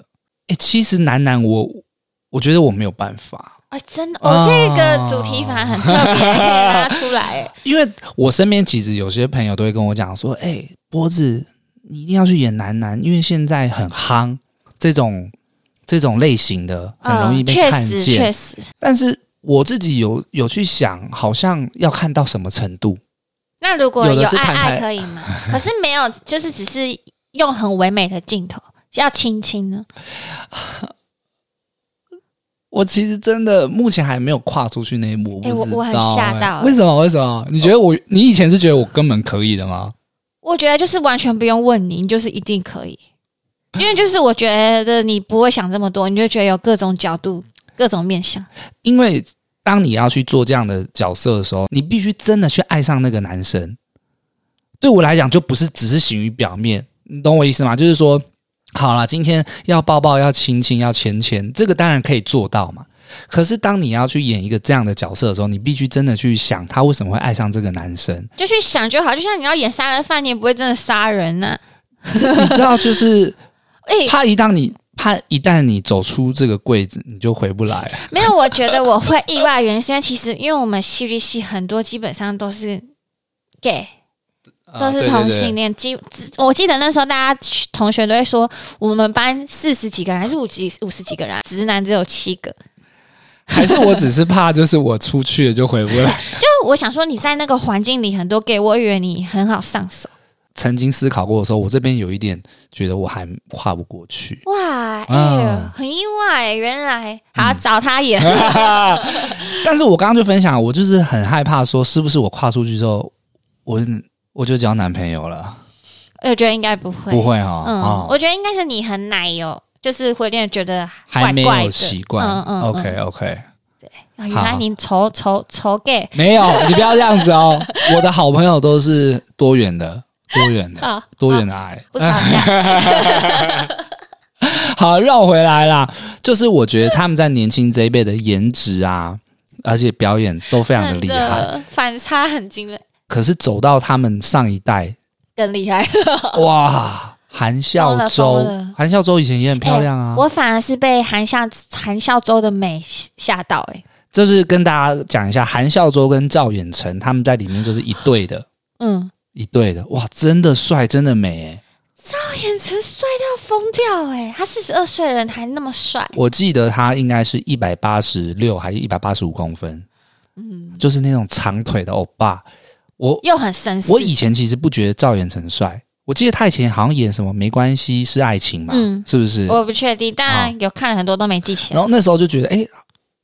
Speaker 1: 诶，其实男男我，我觉得我没有办法，
Speaker 2: 啊，真的，
Speaker 1: 哦
Speaker 2: 哦、这个主题反而很特别，可以拉出来。哎
Speaker 1: 因为我身边其实有些朋友都会跟我讲说，哎、波子，你一定要去演男男，因为现在很夯这种这种类型的， [LAUGHS] 很容易被
Speaker 2: 嗯确
Speaker 1: 看
Speaker 2: 实确
Speaker 1: 见。
Speaker 2: 实。
Speaker 1: 但是我自己有有去想，好像要看到什么程度，
Speaker 2: 那如果
Speaker 1: 有的是
Speaker 2: 爱
Speaker 1: 摊开
Speaker 2: 爱可以吗？ [LAUGHS] 可是没有，就是只是用很唯美的镜头，要亲亲呢。
Speaker 1: 我其实真的目前还没有跨出去那一步。
Speaker 2: 哎
Speaker 1: 不知道
Speaker 2: 我我很吓到
Speaker 1: 哎为什么？为什么？你觉得我？你以前是觉得我根本可以的吗？
Speaker 2: 我觉得就是完全不用问你，你就是一定可以，因为就是我觉得你不会想这么多，你就觉得有各种角度、各种面向。
Speaker 1: 因为当你要去做这样的角色的时候，你必须真的去爱上那个男生。对我来讲，就不是只是行于表面，你懂我意思吗？就是说，好了，今天要抱抱，要亲亲，要牵牵，这个当然可以做到嘛。可是当你要去演一个这样的角色的时候，你必须真的去想他为什么会爱上这个男生。
Speaker 2: 就去想就好，就像你要演杀人犯，你也不会真的杀人呐、
Speaker 1: 这你知道，就是
Speaker 2: [LAUGHS] 哎、
Speaker 1: 怕一旦你怕一旦你走出这个柜子，你就回不来。
Speaker 2: 没有，我觉得我会意外，原因是因为其实因为我们戏剧系很多基本上都是 gay，都
Speaker 1: 啊
Speaker 2: 是同性恋。基我记得那时候大家同学都会说，我们班四十几个人还是五几五十几个人啊，直男只有七个。
Speaker 1: 还是我只是怕，就是我出去了就回不来。
Speaker 2: 就我想说，你在那个环境里很多 gay，我以为你很好上手。。
Speaker 1: 曾经思考过的时候，我这边有一点觉得我还跨不过去
Speaker 2: 哇，哎、呦
Speaker 1: 啊，嗯
Speaker 2: 很意外、原来还要找他演。 [LAUGHS]
Speaker 1: 但是我刚刚就分享，我就是很害怕，说是不是我跨出去之后，我我就交男朋友了？
Speaker 2: 我觉得应该不会，
Speaker 1: 不会哈、
Speaker 2: 嗯，
Speaker 1: 哦，
Speaker 2: 我觉得应该是你很奶油，就是会令人觉得怪
Speaker 1: 还没
Speaker 2: 怪
Speaker 1: 有
Speaker 2: 的。
Speaker 1: 习惯。
Speaker 2: 嗯嗯嗯
Speaker 1: OK OK，
Speaker 2: 啊原来
Speaker 1: 好
Speaker 2: 你愁愁愁
Speaker 1: [LAUGHS]
Speaker 2: gay
Speaker 1: 没有，你不要这样子哦。我的好朋友都是多元的，多元的，
Speaker 2: 啊，
Speaker 1: 多元的爱。
Speaker 2: 不吵架。
Speaker 1: [LAUGHS] 好，绕回来啦，就是我觉得他们在年轻这一辈的颜值啊，而且表演都非常的
Speaker 2: 真
Speaker 1: 厉害。
Speaker 2: 的反差很惊人，
Speaker 1: 可是走到他们上一代， [LAUGHS]
Speaker 2: 更厉害。
Speaker 1: 哇，韩
Speaker 2: 疯
Speaker 1: 孝
Speaker 2: 了
Speaker 1: 周
Speaker 2: 疯了，哎
Speaker 1: 韩孝周以前也很漂亮啊。
Speaker 2: [LAUGHS] 我反而是被韩夏韩孝周的美吓吓到、欸，哎， [LAUGHS]
Speaker 1: 就是跟大家讲一下，韩孝周跟赵远成他们在里面就是一对的，
Speaker 2: 嗯，
Speaker 1: 一对的，哇，真的帅，真的美哎！
Speaker 2: 眼神哦帅到疯掉哎、他四十二岁的人还那么帅，
Speaker 1: 我记得他应该是一百八十六还是一百八十五公分，
Speaker 2: 嗯，
Speaker 1: 就是那种长腿的欧巴。我
Speaker 2: 又很绅士。
Speaker 1: 我以前其实不觉得赵远成帅，我记得他以前好像演什么《没关系是爱情》嘛，
Speaker 2: 嗯
Speaker 1: 是不是？啊
Speaker 2: 我不确定，但有看了很多都没记起来。
Speaker 1: 然后那时候就觉得，哎、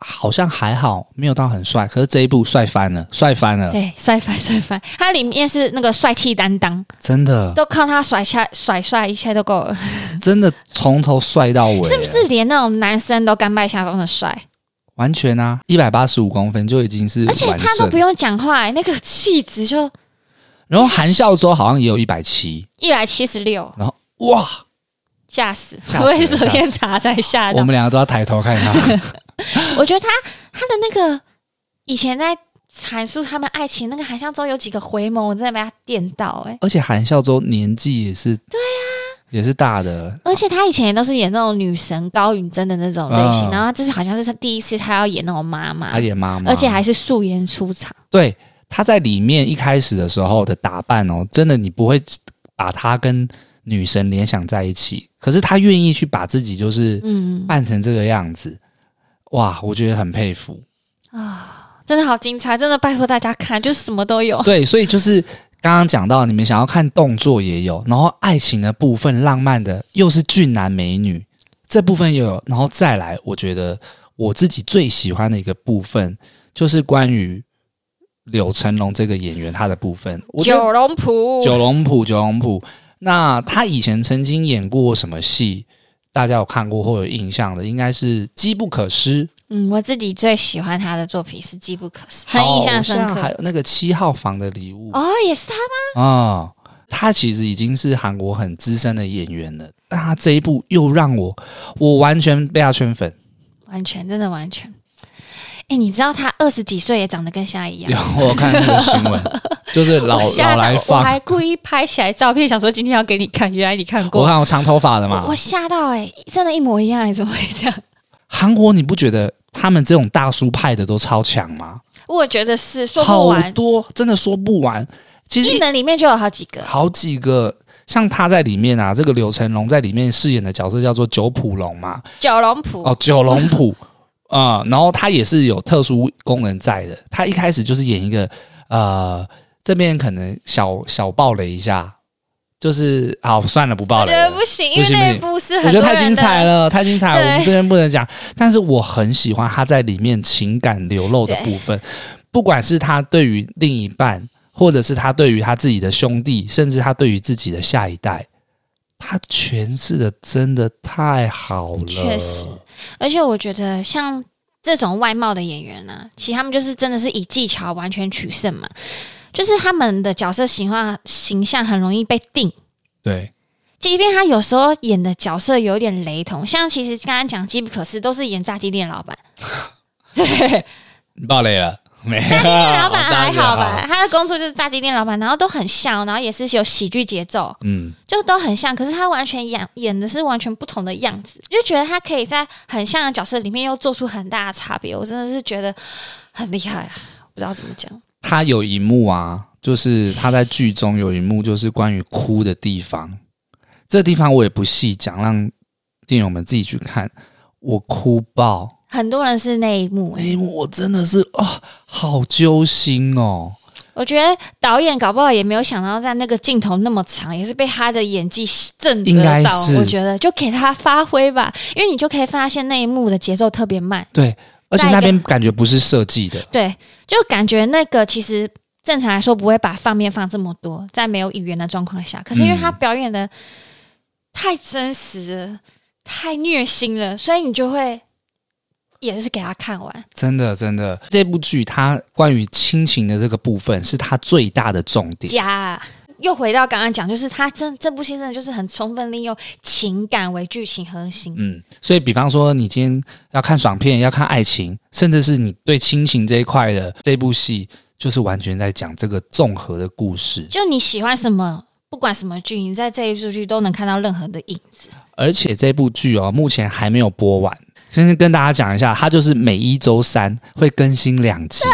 Speaker 1: 好像还好，没有到很帅。可是这一部帅翻了，帅翻了，
Speaker 2: 对，帅翻 [LAUGHS] 帅翻，他里面是那个帅气担当，
Speaker 1: 真的，
Speaker 2: 都靠他甩下甩帅一切都够了，
Speaker 1: 真的从头帅到尾，
Speaker 2: 是不是？连那种男生都甘拜下风的帅，
Speaker 1: 完全啊，一百八十五公分就已经是
Speaker 2: 而且
Speaker 1: 完
Speaker 2: 他都
Speaker 1: 胜
Speaker 2: 不。用讲话、那个气质就
Speaker 1: 然后韩孝周好像也有一百七，
Speaker 2: 一百七十六，
Speaker 1: 然后哇，
Speaker 2: 吓死！
Speaker 1: 吓死
Speaker 2: 我也
Speaker 1: 了
Speaker 2: 昨
Speaker 1: 吓
Speaker 2: 天
Speaker 1: 死
Speaker 2: 查才吓
Speaker 1: 我
Speaker 2: 到。
Speaker 1: 们两个都要抬头看
Speaker 2: [LAUGHS]
Speaker 1: 他。
Speaker 2: 我觉得他他的那个以前在阐述他们爱情那个韩向周有几个回眸，我真的被他电到哎、欸
Speaker 1: 而且韩孝周年纪也是，对
Speaker 2: 啊
Speaker 1: 呀、也是大的，
Speaker 2: 而且他以前也都是演那种女神高允贞的那种类型，
Speaker 1: 嗯
Speaker 2: 然后这是好像是他第一次他要演那种妈妈
Speaker 1: 他，演妈妈，
Speaker 2: 啊而且还是素颜出场。
Speaker 1: 对他在里面一开始的时候的打扮哦，真的你不会把他跟女神联想在一起，可是他愿意去把自己就是
Speaker 2: 嗯
Speaker 1: 扮成这个样子，哇，我觉得很佩服。
Speaker 2: 啊，真的好精彩，真的拜托大家看，就是什么都有。
Speaker 1: 对，所以就是刚刚讲到，你们想要看动作也有，然后爱情的部分、浪漫的又是俊男美女这部分也有，然后再来，我觉得我自己最喜欢的一个部分就是关于柳成龙这个演员他的部分，我觉得
Speaker 2: 九龙谱，
Speaker 1: 九龙谱，九龙谱。那他以前曾经演过什么戏？大家有看过或有印象的，应该是《机不可失》，
Speaker 2: 嗯，我自己最喜欢他的作品是《机不可失》，很
Speaker 1: 好
Speaker 2: 印象深
Speaker 1: 像还
Speaker 2: 刻。
Speaker 1: 有那个七号房的礼物
Speaker 2: 哦，也是他吗？
Speaker 1: 哦，他其实已经是韩国很资深的演员了，但他这一部又让我我完全被他圈粉。
Speaker 2: 完全，真的完全。哎，你知道他二十几岁也长得跟现在一
Speaker 1: 有
Speaker 2: 样？
Speaker 1: 我有看那个新闻，
Speaker 2: [LAUGHS]
Speaker 1: 就是老
Speaker 2: 我吓
Speaker 1: 老
Speaker 2: 到
Speaker 1: 来
Speaker 2: 我
Speaker 1: 放，
Speaker 2: 还故意拍起来照片，想说今天要给你看。原来你看
Speaker 1: 我
Speaker 2: 过，
Speaker 1: 看我长头发的嘛
Speaker 2: 我。吓到哎、真的，一模一样，哎怎么会这样？
Speaker 1: 韩国你不觉得他们这种大叔派的都超强吗？
Speaker 2: 我觉得是说不
Speaker 1: 好
Speaker 2: 完，
Speaker 1: 多真的说不完。其实
Speaker 2: 异能里面就有好几个。
Speaker 1: 好几个，像他在里面啊，这个柳成龙在里面饰演的角色叫做九浦龙嘛，
Speaker 2: 九龙谱，
Speaker 1: 哦，九龙浦 [LAUGHS] 啊、然后他也是有特殊功能在的。他一开始就是演一个呃，这边可能小小爆雷一下，就是好算了，不爆
Speaker 2: 我
Speaker 1: 雷
Speaker 2: 觉得
Speaker 1: 了。
Speaker 2: 不行，因为
Speaker 1: 不行
Speaker 2: 那一
Speaker 1: 不
Speaker 2: 部是
Speaker 1: 我
Speaker 2: 很
Speaker 1: 觉
Speaker 2: 多
Speaker 1: 得太精
Speaker 2: 人的
Speaker 1: 彩了，太精彩了，
Speaker 2: 对
Speaker 1: 我们这边不能讲。但是我很喜欢他在里面情感流露的部分，不管是他对于另一半，或者是他对于他自己的兄弟，甚至他对于自己的下一代，他诠释的真的太好了。
Speaker 2: 确实，
Speaker 1: 呃
Speaker 2: 而且我觉得像这种外貌的演员呢、啊，其实他们就是真的是以技巧完全取胜嘛，就是他们的角色形化形象很容易被定。
Speaker 1: 对，
Speaker 2: 即便他有时候演的角色有点雷同，像其实刚刚讲《机不可失》都是演炸鸡店老板，
Speaker 1: 你爆雷了，没有？
Speaker 2: 炸鸡店老板
Speaker 1: 大
Speaker 2: 还好
Speaker 1: 家
Speaker 2: 吧
Speaker 1: 好？？
Speaker 2: 他的工作就是炸鸡店老板，然后都很像，然后也是有喜剧节奏，
Speaker 1: 嗯，
Speaker 2: 就都很像，可是他完全演演的是完全不同的样子，就觉得他可以在很像的角色里面又做出很大的差别，我真的是觉得很厉害啊，不知道怎么讲。
Speaker 1: 他有一幕啊，就是他在剧中有一幕，就是关于哭的地方。这地方我也不细讲，让电友们自己去看。我哭爆
Speaker 2: 很多人是那一幕、
Speaker 1: 那
Speaker 2: 欸，
Speaker 1: 一幕，我真的是啊、好揪心哦。
Speaker 2: 我觉得导演搞不好也没有想到在那个镜头那么长，也是被他的演技震
Speaker 1: 应
Speaker 2: 慑
Speaker 1: 该
Speaker 2: 到。
Speaker 1: 是
Speaker 2: 我觉得就给他发挥吧，因为你就可以发现那一幕的节奏特别慢，
Speaker 1: 对，而且
Speaker 2: 再一个
Speaker 1: 那边感觉不是设计的，
Speaker 2: 对，就感觉那个其实正常来说不会把放面放这么多，在没有语言的状况下，可是因为他表演的太真实了，太虐心了，所以你就会也是给他看完。
Speaker 1: 真的真的。这部剧它关于亲情的这个部分是它最大的重点。
Speaker 2: 家啊又回到刚刚讲，就是他这这部戏真的就是很充分利用情感为剧情核心。
Speaker 1: 嗯，所以比方说，你今天要看爽片，要看爱情，甚至是你对亲情这一块的这部戏，就是完全在讲这个综合的故事。
Speaker 2: 就你喜欢什么，不管什么剧，你在这一部剧都能看到任何的影子。
Speaker 1: 而且这部剧哦，目前还没有播完。先跟大家讲一下，它就是每一周三会更新两集，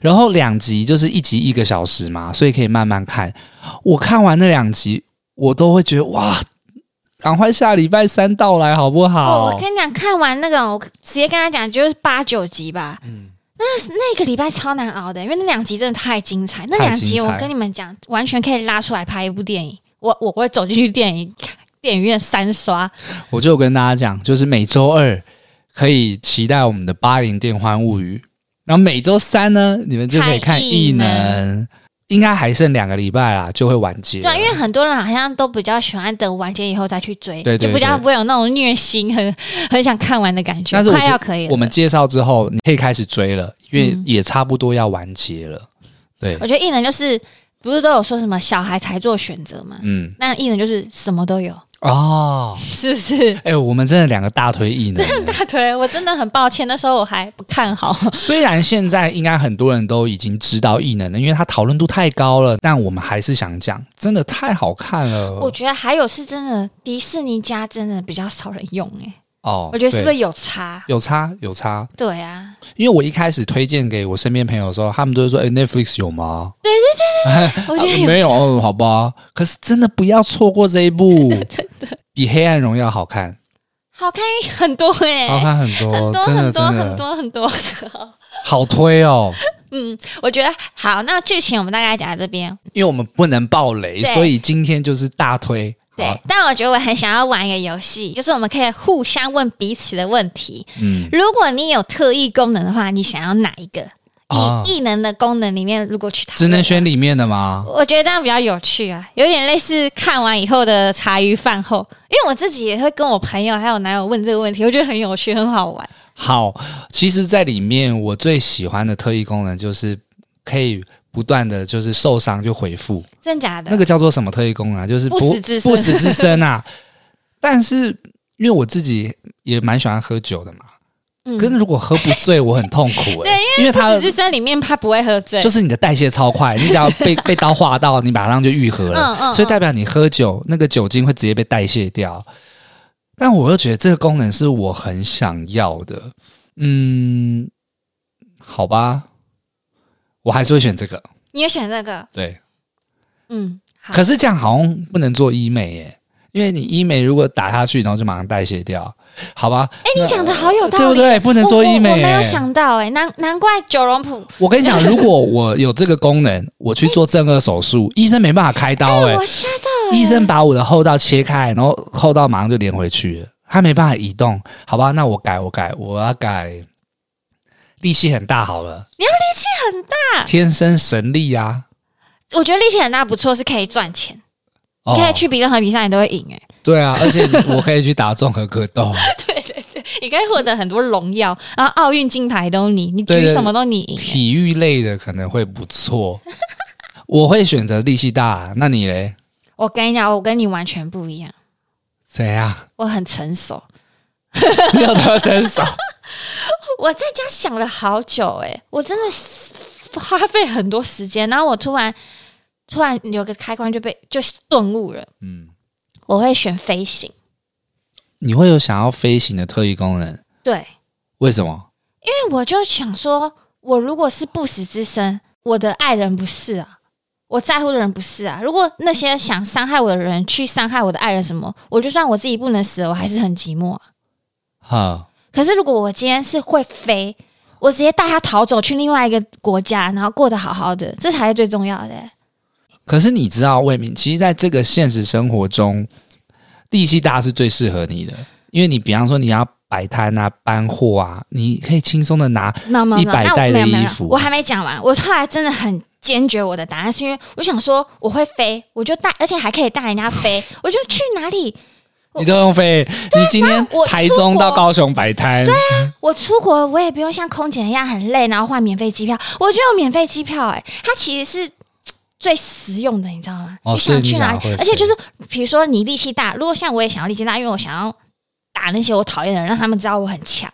Speaker 1: 然后两集就是一集一个小时嘛，所以可以慢慢看。我看完那两集，我都会觉得哇，赶快下礼拜三到来好不好？
Speaker 2: 哦，我跟你讲，看完那个，我直接跟他讲，就是八九集吧。嗯，那那个礼拜超难熬的，因为那两集真的太精彩。那两
Speaker 1: 太
Speaker 2: 集
Speaker 1: 精彩
Speaker 2: 我跟你们讲，完全可以拉出来拍一部电影。我我会走进去电影电影院三刷。
Speaker 1: 我就跟大家讲，就是每周二可以期待我们的《八零电幻物语》，然后每周三呢，你们就可以看
Speaker 2: 看
Speaker 1: 异
Speaker 2: 异能
Speaker 1: 能。应该还剩两个礼拜啦，就会完结了。
Speaker 2: 对啊，因为很多人好像都比较喜欢等完结以后再去追，
Speaker 1: 对对
Speaker 2: 就比较
Speaker 1: 对
Speaker 2: 不会有那种虐心、很很想看完的感觉。
Speaker 1: 但是我
Speaker 2: 快
Speaker 1: 觉
Speaker 2: 要可以了，
Speaker 1: 我们介绍之后，你可以开始追了，因为
Speaker 2: 嗯
Speaker 1: 也差不多要完结了。对，
Speaker 2: 我觉得艺人就是不是都有说什么小孩才做选择嘛？
Speaker 1: 嗯，
Speaker 2: 那艺人就是什么都有，
Speaker 1: 哦，
Speaker 2: 是不是？
Speaker 1: 哎、我们真的两个大推异能。
Speaker 2: 大腿，我 [LAUGHS] 真的很抱歉，那时候我还不看好。
Speaker 1: 虽然现在应该很多人都已经知道异能了，因为它讨论度太高了，但我们还是想讲，真的太好看了。
Speaker 2: [LAUGHS] 我觉得还有是真的，迪士尼家真的比较少人用哎、
Speaker 1: 哦
Speaker 2: 我觉得是不
Speaker 1: 对
Speaker 2: 是有差？
Speaker 1: 有差有差？
Speaker 2: 对 [LAUGHS] 啊，
Speaker 1: 因为我一开始推荐给我身边朋友的时候，他们都会说：“哎、n e t f l i x 有吗？”
Speaker 2: 我觉得
Speaker 1: 啊
Speaker 2: 有
Speaker 1: 没有，哦好吧。可是真的不要错过这一
Speaker 2: [LAUGHS]
Speaker 1: 部，真的比《黑暗荣耀》好看，
Speaker 2: 好看很多哎、
Speaker 1: 好看很多，
Speaker 2: 很多
Speaker 1: 真的
Speaker 2: 很多
Speaker 1: 真
Speaker 2: 很
Speaker 1: 的
Speaker 2: 多很多， [LAUGHS]
Speaker 1: 好推哦。
Speaker 2: 嗯，我觉得好。那剧情我们大概讲到这边，
Speaker 1: 因为我们不能爆雷，
Speaker 2: 对
Speaker 1: 所以今天就是大推。
Speaker 2: 对
Speaker 1: 好。
Speaker 2: 但我觉得我很想要玩一个游戏，就是我们可以互相问彼此的问题。
Speaker 1: 嗯，
Speaker 2: 如果你有特异功能的话，你想要哪一个？
Speaker 1: 啊
Speaker 2: 以异能的功能里面，如果去讨
Speaker 1: 只
Speaker 2: 论的
Speaker 1: 能
Speaker 2: 话
Speaker 1: 选里面的吗？
Speaker 2: 我觉得这样比较有趣啊，有点类似看完以后的茶余饭后，因为我自己也会跟我朋友还有男友问这个问题，我觉得很有趣，很好玩。
Speaker 1: 好，其实，在里面我最喜欢的特异功能就是可以不断的就是受伤就回复，
Speaker 2: 真假的？
Speaker 1: 那个叫做什么特异功能啊？就是
Speaker 2: 不死之身
Speaker 1: 不死之身啊！ [LAUGHS] 但是因为我自己也蛮喜欢喝酒的嘛，
Speaker 2: 嗯
Speaker 1: 跟如果喝不醉，我很痛苦
Speaker 2: [LAUGHS]
Speaker 1: 哎、因为它
Speaker 2: 不死之身里面他不会喝醉，
Speaker 1: 就是你的代谢超快，你只要
Speaker 2: [LAUGHS]
Speaker 1: 被被刀划到，你马上就愈合了，
Speaker 2: 嗯嗯嗯
Speaker 1: 所以代表你喝酒那个酒精会直接被代谢掉。但我又觉得这个功能是我很想要的，嗯，好吧，我还是会选这个。
Speaker 2: 你也选这个，
Speaker 1: 对，
Speaker 2: 嗯，好
Speaker 1: 可，是这样好像不能做医美耶，因为你医美如果打下去，然后就马上代谢掉，好吧？
Speaker 2: 哎、你讲的好有道理，
Speaker 1: 对不对？不能做医美
Speaker 2: 我我我没有
Speaker 1: 耶
Speaker 2: 想到、哎，难难怪九龙埔，
Speaker 1: 我跟你
Speaker 2: [LAUGHS]
Speaker 1: 讲，如果我有这个功能，我去做正颌手术，医生没办法开刀哎、
Speaker 2: 我吓到，
Speaker 1: 医生把我的后道切开，然后后道马上就连回去了，他没办法移动，好吧？那我改，我改，我要改，力气很大好了，
Speaker 2: 你要力气很大，
Speaker 1: 天生神力啊！
Speaker 2: 我觉得力气很大不错，是可以赚钱，
Speaker 1: 哦
Speaker 2: 你可以去比任何比赛，你都会赢、
Speaker 1: [LAUGHS]
Speaker 2: 哎，
Speaker 1: 对啊，而且我可以去打综合格斗，
Speaker 2: 你可以获得很多荣耀，然后奥运金牌都你，你
Speaker 1: 对
Speaker 2: 举
Speaker 1: 对
Speaker 2: 什么都你赢、哎
Speaker 1: 体育类的可能会不错。 [LAUGHS] 我会选择力气大、那你嘞？
Speaker 2: 我跟你讲，我跟你完全不一样。
Speaker 1: 怎样？
Speaker 2: 我很成熟，
Speaker 1: [LAUGHS] 要得伸
Speaker 2: [LAUGHS]
Speaker 1: 手？
Speaker 2: 我在家想了好久、欸，我真的是花费很多时间，然后我突然突然有个开关就被就顿悟了，
Speaker 1: 嗯，
Speaker 2: 我会选飞行，
Speaker 1: 你会有想要飞行的特异功能？
Speaker 2: 对，
Speaker 1: 为什么？
Speaker 2: 因为我就想说，我如果是不死之身，我的爱人不是啊。我在乎的人不是啊，如果那些想伤害我的人去伤害我的爱人什么，我就算我自己不能死，我还是很寂寞啊、
Speaker 1: 哈，
Speaker 2: 可是如果我今天是会飞，我直接带他逃走去另外一个国家，然后过得好好的，这才是最重要的、
Speaker 1: 可是你知道，魏明，其实在这个现实生活中，力气大是最适合你的，因为你比方说你要摆摊啊、搬货啊，你可以轻松的拿。
Speaker 2: 没有没有没有，
Speaker 1: 100
Speaker 2: 那我
Speaker 1: 袋的
Speaker 2: 没有没有
Speaker 1: 衣服
Speaker 2: 我还没讲完。我后来真的很坚决我的答案，是因为我想说我会飞，我就带，而且还可以带人家飞，我就去哪里。我啊
Speaker 1: 你都用飞，你今天
Speaker 2: 我出国啊
Speaker 1: 台中到高雄摆摊，
Speaker 2: 我出国我也不用像空姐一样很累，然后换免费机票。我觉得有免费机票、哎，它其实是。嘖最实用的，你知道吗？
Speaker 1: 哦
Speaker 2: 你
Speaker 1: 是
Speaker 2: 想
Speaker 1: 你
Speaker 2: 去哪
Speaker 1: 想会
Speaker 2: 里
Speaker 1: 飞？
Speaker 2: 而且就是，比如说你力气大，如果像我也想要力气大，因为我想要打那些我讨厌的人，让他们知道我很强。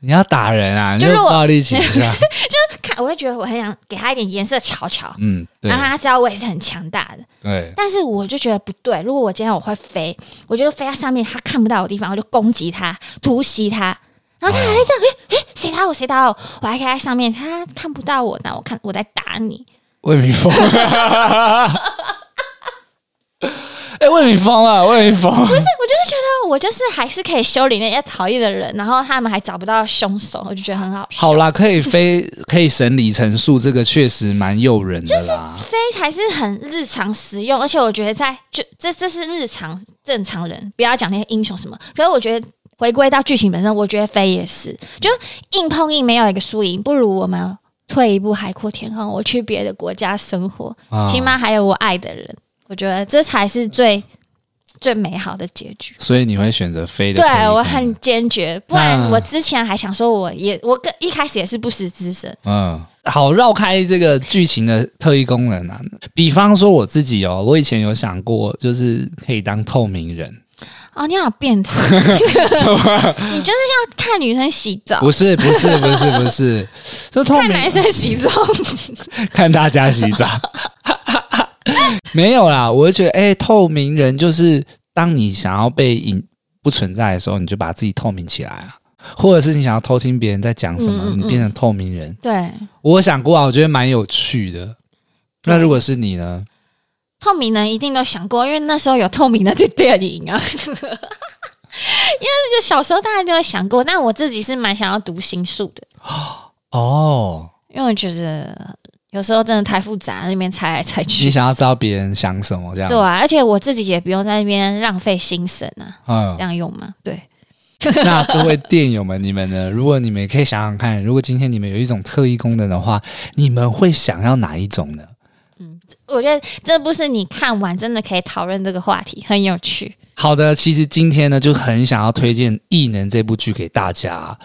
Speaker 1: 你要打人啊，你
Speaker 2: 就是
Speaker 1: 就
Speaker 2: 我
Speaker 1: 暴力倾向。
Speaker 2: [LAUGHS] 看，我会觉得我很想给他一点颜色瞧瞧，
Speaker 1: 嗯，对
Speaker 2: 然后让他知道我也是很强大的。
Speaker 1: 对，
Speaker 2: 但是我就觉得不对，如果我今天我会飞，我就飞到上面他看不到我的地方，我就攻击他、突袭他，然后他还在这样，诶、诶，谁打我？谁打我？我还可以在上面，他看不到我，那我看我在打你。
Speaker 1: 魏明峰。 [LAUGHS] 哎、魏明峰啊，魏明峰，
Speaker 2: 不是，我就是觉得我就是还是可以修理那些讨厌的人，然后他们还找不到凶手，我就觉得很好笑。
Speaker 1: 好啦，可以非可以省里程数，这个确实蛮诱人的啦。
Speaker 2: 飞才是很日常实用，而且我觉得在就这这是日常正常人，不要讲那些英雄什么。可是我觉得回归到剧情本身，我觉得飞也是，就硬碰硬没有一个输赢，不如我们退一步海阔天空，我去别的国家生活，
Speaker 1: 啊
Speaker 2: 起码还有我爱的人，我觉得这才是最最美好的结局。
Speaker 1: 所以你会选择飞的
Speaker 2: 对
Speaker 1: 陪你看？嗯
Speaker 2: 我很坚决，不然
Speaker 1: 那
Speaker 2: 我之前还想说我也我跟一开始也是不识之身，
Speaker 1: 嗯，好绕开这个剧情的特异功能啊。比方说我自己哦，我以前有想过，就是可以当透明人，
Speaker 2: 哦，你好
Speaker 1: [LAUGHS]
Speaker 2: 变态！ [LAUGHS] 你就是要看女生洗澡，
Speaker 1: 不是不是不是不是，就透
Speaker 2: 看
Speaker 1: 明
Speaker 2: 男生洗
Speaker 1: [LAUGHS]
Speaker 2: 澡，
Speaker 1: 看大家洗澡。 [LAUGHS] 没有啦，我就觉得，哎、透明人就是当你想要被隐不存在的时候，你就把自己透明起来啊，或者是你想要偷听别人在讲什么，
Speaker 2: 嗯嗯嗯
Speaker 1: 你变成透明人。
Speaker 2: 对，
Speaker 1: 我想过啊，我觉得蛮有趣的。
Speaker 2: 对
Speaker 1: 那如果是你呢？
Speaker 2: 透明人一定都想过，因为那时候有透明的这电影啊。 [LAUGHS] 因为那个小时候大家都有想过，但我自己是蛮想要读心术的，
Speaker 1: 哦，
Speaker 2: 因为我觉得有时候真的太复杂，那边猜来猜
Speaker 1: 你
Speaker 2: 去。
Speaker 1: 想要知道别人想什么这样？
Speaker 2: 对啊，而且我自己也不用在那边浪费心神啊，
Speaker 1: 嗯
Speaker 2: [LAUGHS] 这，样用吗？对，
Speaker 1: 那各位电友们，你们呢？如果你们也可以想想看，如果今天你们有一种特异功能的话，你们会想要哪一种呢？
Speaker 2: 我觉得这部是你看完真的可以讨论这个话题，很有趣。
Speaker 1: 好的，其实今天呢，就很想要推荐《异能》这部剧给大家。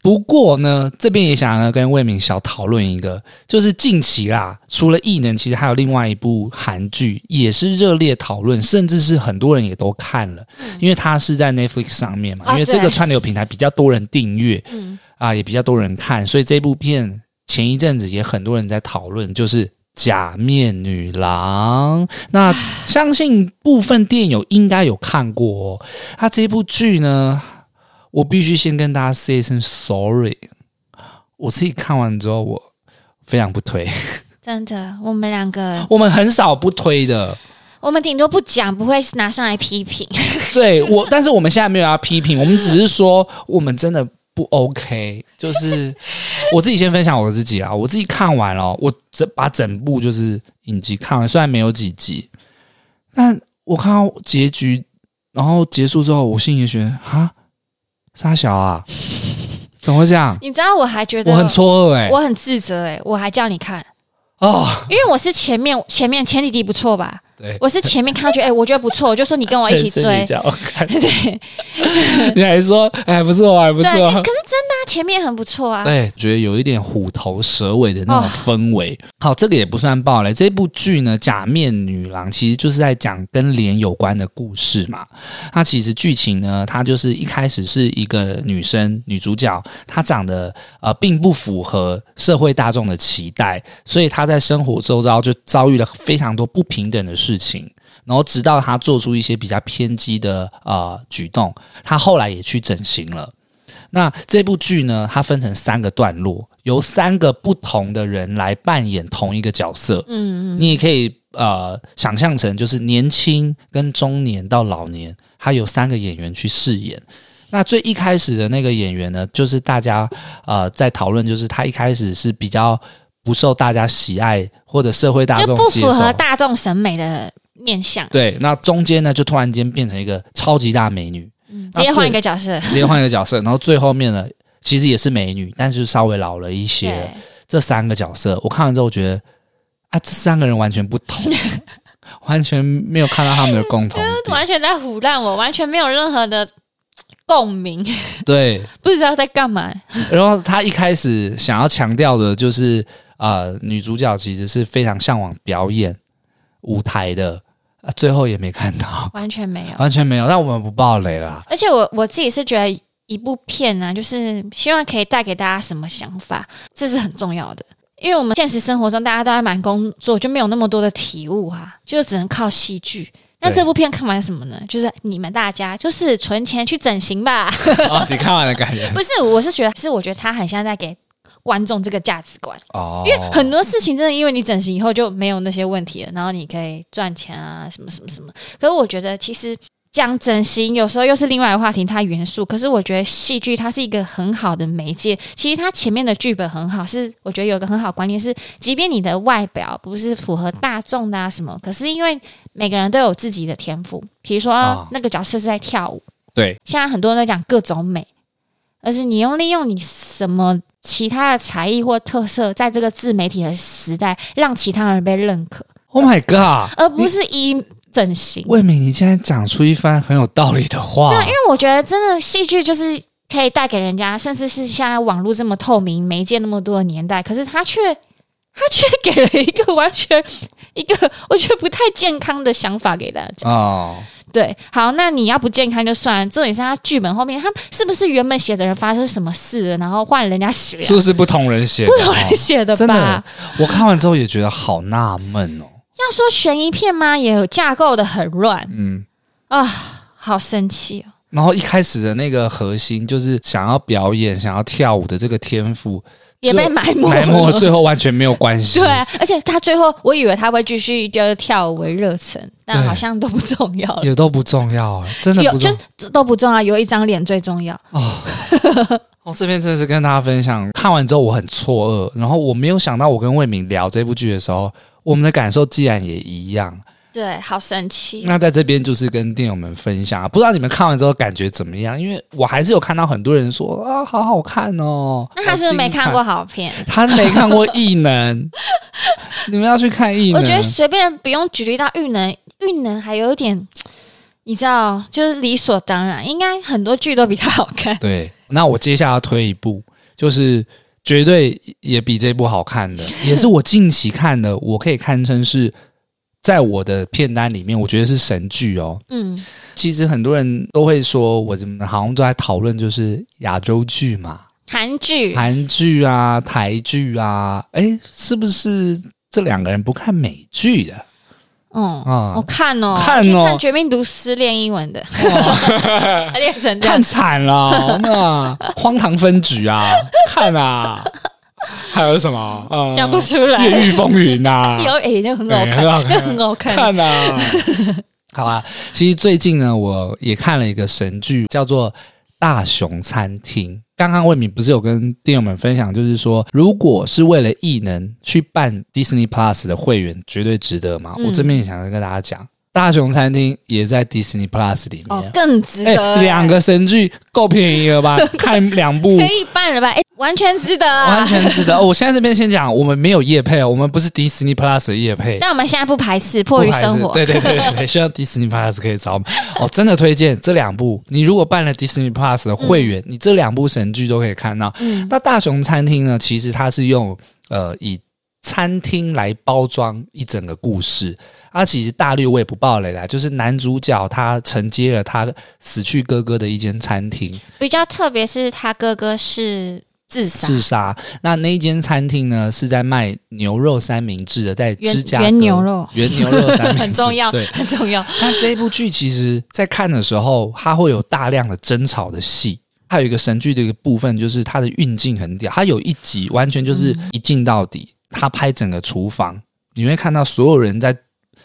Speaker 1: 不过呢，这边也想要跟魏明小讨论一个，就是近期啦，除了《异能》，其实还有另外一部韩剧也是热烈讨论，甚至是很多人也都看了，因为它是在 Netflix 上面嘛，
Speaker 2: 嗯啊
Speaker 1: 因为这个
Speaker 2: 对
Speaker 1: 串流平台比较多人订阅，
Speaker 2: 嗯
Speaker 1: 啊，也比较多人看，所以这部片前一阵子也很多人在讨论，就是《假面女郎》。那相信部分电友应该有看过哦。它这部剧呢，我必须先跟大家 say 一声 sorry，我自己看完之后，我非常不推。 [LAUGHS]
Speaker 2: 真的，我们两个，
Speaker 1: 我们很少不推的，
Speaker 2: 我们顶多不讲，不会拿上来批评。 [LAUGHS]
Speaker 1: 对我，但是我们现在没有要批评，我们只是说我们真的不 OK。就是我自己先分享我自己啊啦，我自己看完了，我整把整部就是影集看完，虽然没有几集，但我看到结局，然后结束之后，我心里觉得啊，傻小啊， [LAUGHS] 怎么会这样？
Speaker 2: 你知道，我还觉得
Speaker 1: 我很错愕哎、
Speaker 2: 我很自责哎、我还叫你看，
Speaker 1: 哦，
Speaker 2: 因为我是前面前面前几集不错吧，
Speaker 1: 对。
Speaker 2: 我是前面
Speaker 1: [LAUGHS]
Speaker 2: 看到觉得哎、我觉得不错，我就说你跟我一起
Speaker 1: 所以
Speaker 2: 追，
Speaker 1: 你。叫我看
Speaker 2: 对
Speaker 1: 哦 [LAUGHS] 你还说哎不错，还不
Speaker 2: 对，可是
Speaker 1: 错，
Speaker 2: 真的啊、前面很不错啊。
Speaker 1: 对，哎觉得有一点虎头蛇尾的那种氛围。好，这个也不算暴雷。这部剧呢，《假面女郎》其实就是在讲跟脸有关的故事嘛。它其实剧情呢，它就是一开始是一个女生女主角，她长得呃并不符合社会大众的期待，所以她在生活周遭就遭遇了非常多不平等的事情。然后直到她做出一些比较偏激的呃举动，她后来也去整形了。那这部剧呢，它分成三个段落，由三个不同的人来扮演同一个角色。
Speaker 2: 嗯嗯，
Speaker 1: 你也可以呃想象成就是年轻跟中年到老年，它有三个演员去饰演。那最一开始的那个演员呢，就是大家呃在讨论，就是他一开始是比较不受大家喜爱或者社会大
Speaker 2: 就
Speaker 1: 众
Speaker 2: 不
Speaker 1: 接
Speaker 2: 符合
Speaker 1: 受。
Speaker 2: 大众审美的面相，
Speaker 1: 对，那中间呢就突然间变成一个超级大美女，
Speaker 2: 嗯
Speaker 1: 啊
Speaker 2: 直接换一个角色。
Speaker 1: 直接换一个角色，然后最后面呢其实也是美女，但是稍微老了一些。
Speaker 2: 对，
Speaker 1: 这三个角色，我看完之后我觉得啊，这三个人完全不同， [LAUGHS] 完全没有看到他们的共
Speaker 2: [LAUGHS]
Speaker 1: 同点。
Speaker 2: 完全在胡乱我，完全没有任何的共鸣， [LAUGHS]
Speaker 1: 对，
Speaker 2: 不知道在干嘛。
Speaker 1: 然后他一开始想要强调的就是，呃，女主角其实是非常向往表演舞台的，啊、最后也没看
Speaker 2: [LAUGHS]
Speaker 1: 到，
Speaker 2: 完全没有。
Speaker 1: 完全没有。但我们不爆雷啦。
Speaker 2: 而且我我自己是觉得一部片呢、啊就是希望可以带给大家什么想法，这是很重要的。因为我们现实生活中大家都在忙工作，就没有那么多的体悟啊，就只能靠戏剧。那
Speaker 1: 对
Speaker 2: 这部片看完什么呢？就是你们大家就是存钱去整形吧。 [LAUGHS]
Speaker 1: 哦，你看完了感觉
Speaker 2: 不是，我是觉得，是我觉得他很像在给观众这个价值观，
Speaker 1: 哦，
Speaker 2: [LAUGHS] 因为很多事情真的因为你整形以后就没有那些问题了，然后你可以赚钱啊，什么什么什么。可是我觉得其实。讲整形有时候又是另外一个话题，它元素。可是我觉得戏剧它是一个很好的媒介。其实它前面的剧本很好，是我觉得有一个很好的观念是，即便你的外表不是符合大众的啊什么，可是因为每个人都有自己的天赋，比如说、
Speaker 1: 啊
Speaker 2: 那个角色是在跳舞，
Speaker 1: 对
Speaker 2: 现在很多人都讲各种美，而是你用利用你什么其他的才艺或特色，在这个自媒体的时代，让其他人被认可，
Speaker 1: ，Oh my God，
Speaker 2: 而不是以整形。
Speaker 1: 魏敏，你竟然讲出一番很有道理的话，
Speaker 2: 对，因为我觉得真的戏剧就是可以带给人家，甚至是现在网络这么透明、媒介那么多的年代，可是他却他却给了一个完全一个我觉得不太健康的想法给大家。
Speaker 1: 哦，
Speaker 2: 对，好，那你要不健康就算了，重点是他剧本后面他是不是原本写的人发生什么事了，然后换人家写啊，
Speaker 1: 是不是不同人写的？
Speaker 2: 不同人写的
Speaker 1: 真的
Speaker 2: 吧？，
Speaker 1: 我看完之后也觉得好纳闷哦。
Speaker 2: 要说悬疑片吗？也有架构的很乱
Speaker 1: 嗯，
Speaker 2: 啊，好生气哦！
Speaker 1: 然后一开始的那个核心就是想要表演、想要跳舞的这个天赋
Speaker 2: 也被埋没
Speaker 1: 埋没，
Speaker 2: 了。
Speaker 1: 最后完全没有关系。
Speaker 2: 对，啊而且他最后，我以为他会继续就是跳舞为热忱，但
Speaker 1: 对
Speaker 2: 好像都不重要了。
Speaker 1: 也都不重要啊，真的
Speaker 2: 有
Speaker 1: 不重
Speaker 2: 就
Speaker 1: 要
Speaker 2: 是都不重要，有一张脸最重要。
Speaker 1: 哦。哦，这边真的是跟大家分享，看完之后我很错愕，然后我没有想到，我跟魏敏聊这部剧的时候，我们的感受既然也一样。
Speaker 2: 对，好生气。
Speaker 1: 那在这边就是跟电友们分享啊，不知道你们看完之后感觉怎么样？因为我还是有看到很多人说啊，好好看哦。
Speaker 2: 那他是不是没看
Speaker 1: 好
Speaker 2: 过好片？
Speaker 1: 精彩，他没看过《异能》， [LAUGHS] 你们要去看《异能
Speaker 2: 我》。觉得随便不用举例到玉能，玉能还有一点，你知道，就是理所当然，应该很多剧都比他好看。
Speaker 1: 对，那我接下来要推一部，就是绝对也比这部好看的，也是我近期看的，我可以堪称是在我的片单里面，我觉得是神剧哦。
Speaker 2: 嗯，
Speaker 1: 其实很多人都会说，我怎么好像都在讨论就是亚洲剧嘛。
Speaker 2: 韩剧
Speaker 1: 韩剧啊、台剧啊，哎，是不是这两个人不看美剧的
Speaker 2: 嗯，
Speaker 1: 啊？
Speaker 2: 我看哦，
Speaker 1: 看哦哦
Speaker 2: 去看《绝命毒师》练英文的， [LAUGHS] 练成这样
Speaker 1: 看。惨了，那
Speaker 2: [LAUGHS]
Speaker 1: 荒唐分局啊，看啊，还有什么？呃
Speaker 2: 讲不出来
Speaker 1: 越狱风云啊，
Speaker 2: [LAUGHS] 有诶，那很好
Speaker 1: 对很好
Speaker 2: 看，
Speaker 1: 看
Speaker 2: 那很好看。
Speaker 1: 看啊。 [LAUGHS] 好啊，其实最近呢，我也看了一个神剧，叫做《大熊餐厅》。刚刚魏敏不是有跟电友们分享，就是说，如果是为了异能去办 Disney Plus 的会员，绝对值得嘛。
Speaker 2: 嗯
Speaker 1: 我这边也想跟大家讲，《大熊餐厅》也在 Disney Plus 里
Speaker 2: 哦
Speaker 1: 面，，
Speaker 2: 更值
Speaker 1: 哎、
Speaker 2: 得
Speaker 1: 两个神剧够便宜了
Speaker 2: [LAUGHS]
Speaker 1: 吧？看两部
Speaker 2: 可以办了吧？哎，完全值得
Speaker 1: 完
Speaker 2: 啊！
Speaker 1: 全值得。哦我现在这边先讲，我们没有业配哦，我们不是 Disney Plus 的业配。
Speaker 2: 但我们现在不排斥，迫于生
Speaker 1: 不
Speaker 2: 活
Speaker 1: 排，斥对对对对，希望 Disney Plus 可以找我们。哦，真的推荐这两部，你如果办了 Disney Plus 的会员，你这两部神剧都可以看到。
Speaker 2: 嗯，
Speaker 1: 那大熊餐厅呢，其实它是用呃以餐厅来包装一整个故事。它其实大略我也不爆雷啦，就是男主角他承接了他死去哥哥的一间餐厅，
Speaker 2: 比较特别是他哥哥是自杀，
Speaker 1: 自杀。那那一间餐厅呢，是在卖牛肉三明治的，在
Speaker 2: 原
Speaker 1: 芝加哥
Speaker 2: 原牛肉
Speaker 1: 原牛肉三明治
Speaker 2: [LAUGHS] 很重要
Speaker 1: 对，
Speaker 2: 很重要。
Speaker 1: 那这一部剧其实，在看的时候，它会有大量的争吵的戏。还有一个神剧的一个部分，就是它的运镜很屌。它有一集完全就是一镜到底，它拍整个厨房，你会看到所有人在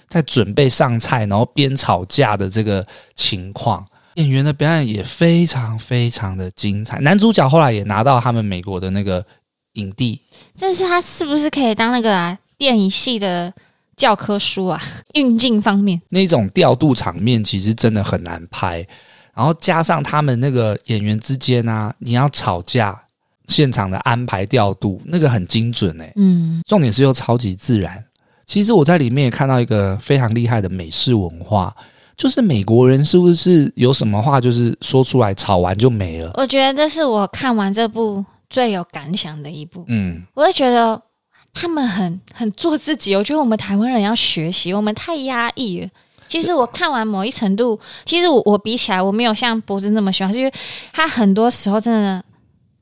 Speaker 1: 在准备上菜，然后边吵架的这个情况。演员的表演也非常非常的精彩。男主角后来也拿到他们美国的那个影帝，
Speaker 2: 但是他是不是可以当那个啊电影系的教科书啊？ [LAUGHS] 运镜方面，
Speaker 1: 那种调度场面其实真的很难拍，然后加上他们那个演员之间啊，你要吵架，现场的安排调度那个很精准哎、
Speaker 2: 嗯，
Speaker 1: 重点是又超级自然。其实我在里面也看到一个非常厉害的美式文化，就是美国人是不是有什么话就是说出来，吵完就没了？
Speaker 2: 我觉得这是我看完这部最有感想的一部。
Speaker 1: 嗯，
Speaker 2: 我就觉得他们很很做自己，我觉得我们台湾人要学习，我们太压抑了。其实我看完某一程度，其实我我比起来，我没有像博子那么喜欢，是因为他很多时候真的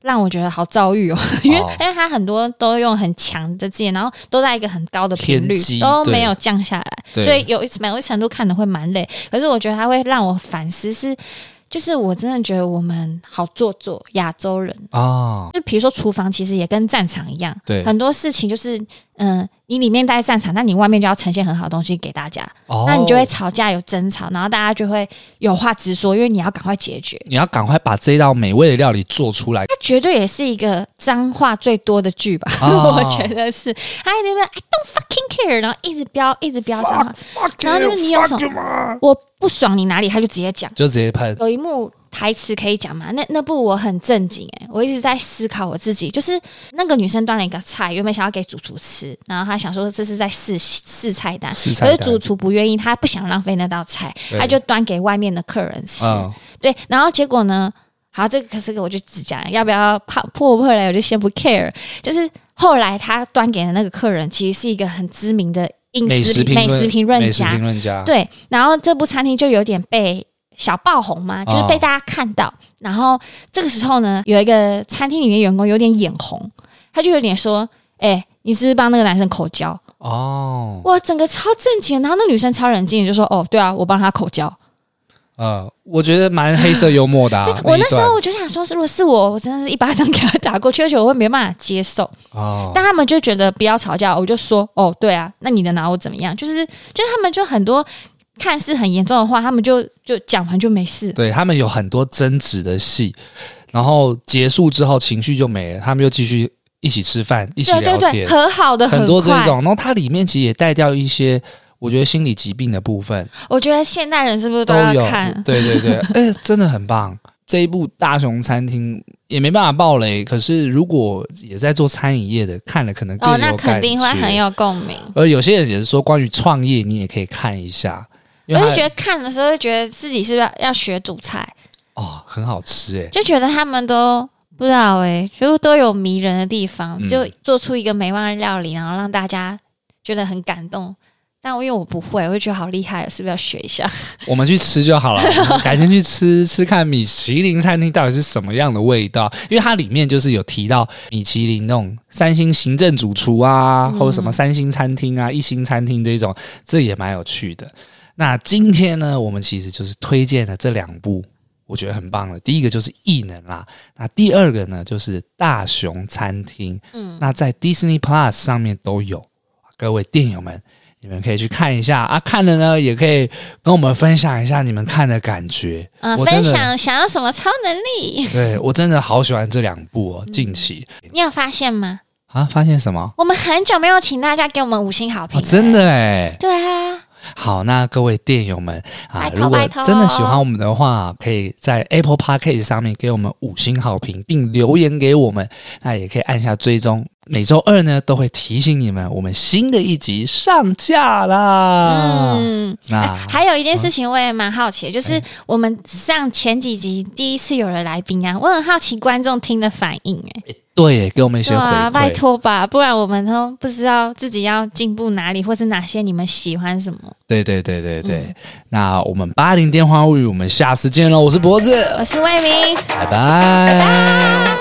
Speaker 2: 让我觉得好遭遇哦， [LAUGHS] 因为、
Speaker 1: 哦
Speaker 2: 因为它很多都用很强的字眼，然后都在一个很高的频率
Speaker 1: 偏激，
Speaker 2: 都
Speaker 1: 对
Speaker 2: 没有降下来，
Speaker 1: 对
Speaker 2: 所以有一某一程度看的会蛮累。可是我觉得它会让我反思是，就是我真的觉得我们好做作，亚洲人。
Speaker 1: 啊，
Speaker 2: 就比如说厨房，其实也跟战场一样，
Speaker 1: 对
Speaker 2: 很多事情就是，嗯、你里面待战场，那你外面就要呈现很好的东西给大家，
Speaker 1: 哦，
Speaker 2: 那你就会吵架有争吵，然后大家就会有话直说，因为你要赶快解决。
Speaker 1: 你要赶快把这道美味的料理做出来
Speaker 2: 它绝对也是一个脏话最多的剧吧，
Speaker 1: 哦
Speaker 2: [LAUGHS] 我觉得是。还有那边 I 哎 don't fucking care，然后一直飙，一直飙脏话，然后就是你有什么我不爽你哪里，他就直接讲。
Speaker 1: 就直接喷。
Speaker 2: 有一幕台词可以讲嘛？那那部我很正经诶、我一直在思考我自己，就是那个女生端了一个菜，原本想要给主厨吃，然后她想说这是在试试菜单，
Speaker 1: 试菜
Speaker 2: 可
Speaker 1: 单
Speaker 2: 是主厨不愿意，她不想浪费那道菜，
Speaker 1: 对
Speaker 2: 她就端给外面的客人吃。
Speaker 1: 嗯，
Speaker 2: 对，然后结果呢？好，这个可这个我就只讲要不要怕破不破来，我就先不 care。就是后来她端给的那个客人，其实是一个很知名的饮
Speaker 1: 美
Speaker 2: 食
Speaker 1: 食评
Speaker 2: 嗯美食评论
Speaker 1: 美食
Speaker 2: 家
Speaker 1: 评，论家，
Speaker 2: 对，然后这部餐厅就有点被小爆红嘛，就是被
Speaker 1: 哦
Speaker 2: 大家看到。然后这个时候呢，有一个餐厅里面员工有点眼红，他就有点说：“哎、你是不是帮那个男生口交
Speaker 1: 哦？”，
Speaker 2: 哇，整个超正经的。然后那女生超冷静，就说：“哦，对啊，我帮他口交。
Speaker 1: 呃，我觉得蛮黑色幽默的啊
Speaker 2: 对，
Speaker 1: 那
Speaker 2: 我
Speaker 1: 一
Speaker 2: 那时
Speaker 1: 段
Speaker 2: 候我就想说，如果是我，我真的是一巴掌给他打过去，而且我会没办法接受。
Speaker 1: 哦，
Speaker 2: 但他们就觉得不要吵架，我就说哦，对啊，那你能拿我怎么样？就是就是他们就很多看似很严重的话，他们就就讲完就没事。
Speaker 1: 对他们有很多争执的戏，然后结束之后情绪就没了，他们又继续一起吃饭，一起
Speaker 2: 对
Speaker 1: 聊
Speaker 2: 对
Speaker 1: 天，
Speaker 2: 对，和好的
Speaker 1: 很多这
Speaker 2: 快。
Speaker 1: 种。然后它里面其实也带掉一些我觉得心理疾病的部分
Speaker 2: 我觉得现代人是不是都
Speaker 1: 都
Speaker 2: 要
Speaker 1: 有
Speaker 2: 看，？
Speaker 1: 对对
Speaker 2: [LAUGHS]
Speaker 1: 对，哎、真的很棒。这一部《大熊餐厅》也没办法爆雷，可是如果也在做餐饮业的，看了可能更有
Speaker 2: 哦，那肯定会
Speaker 1: 感觉
Speaker 2: 很。有共鸣。
Speaker 1: 而呃有些人也是说，关于创业，你也可以看一下，因
Speaker 2: 我
Speaker 1: 为它
Speaker 2: 就觉得看的时候，就觉得自己是不是要要学煮菜，
Speaker 1: 哦很好吃哎、
Speaker 2: 就觉得他们都不知道哎、就都有迷人的地方，
Speaker 1: 嗯
Speaker 2: 就做出一个美味的料理，然后让大家觉得很感动。但我因为我不会，我就觉得好厉害，是不是要学一下？
Speaker 1: 我们去吃就好了，我们改天去吃吃看米其林餐厅到底是什么样的味道，因为它里面就是有提到米其林那种三星行政主厨啊，
Speaker 2: 嗯
Speaker 1: 或者什么三星餐厅啊、一星餐厅这种，这也蛮有趣的。那今天呢，我们其实就是推荐了这两部，我觉得很棒的。第一个就是《异能》啦，那第二个呢就是《大熊餐厅》，
Speaker 2: [LAUGHS] 嗯
Speaker 1: 那在 Disney Plus 上面都有。各位电友们，你们可以去看一下啊，看了呢也可以跟我们分享一下你们看的感觉。
Speaker 2: 嗯、
Speaker 1: 我真
Speaker 2: 分
Speaker 1: 的
Speaker 2: 享想要什么超能力？
Speaker 1: 对我真的好喜欢这两部
Speaker 2: 嗯
Speaker 1: 哦，近期
Speaker 2: 你有发现吗？
Speaker 1: 啊，发现什么？
Speaker 2: 我们很久没有请大家给我们五星好评、欸
Speaker 1: 啊，真。的哎，
Speaker 2: 对啊，
Speaker 1: 好，那各位电友们啊
Speaker 2: 拜，托
Speaker 1: 如果
Speaker 2: 拜托
Speaker 1: 真的喜欢我们的话，可以在 Apple Podcast 上面给我们五星好评，并留言给我们。那也可以按下追踪，每周二呢都会提醒你们我们新的一集上架啦。
Speaker 2: 嗯，
Speaker 1: 那
Speaker 2: 还有一件事情我也蛮好奇的，
Speaker 1: 哎
Speaker 2: 就是我们上前几集第一次有人来宾啊，我很好奇观众听的反应哎、
Speaker 1: 对耶，给我们一些
Speaker 2: 对
Speaker 1: 回
Speaker 2: 啊，
Speaker 1: 馈，
Speaker 2: 拜托吧，不然我们都不知道自己要进步哪里，或是哪些你们喜欢什么。
Speaker 1: 对对对对对，
Speaker 2: 嗯
Speaker 1: 那我们八零电话物语，我们下次见喽！我是脖子，
Speaker 2: 我是魏明，
Speaker 1: 拜拜
Speaker 2: 拜。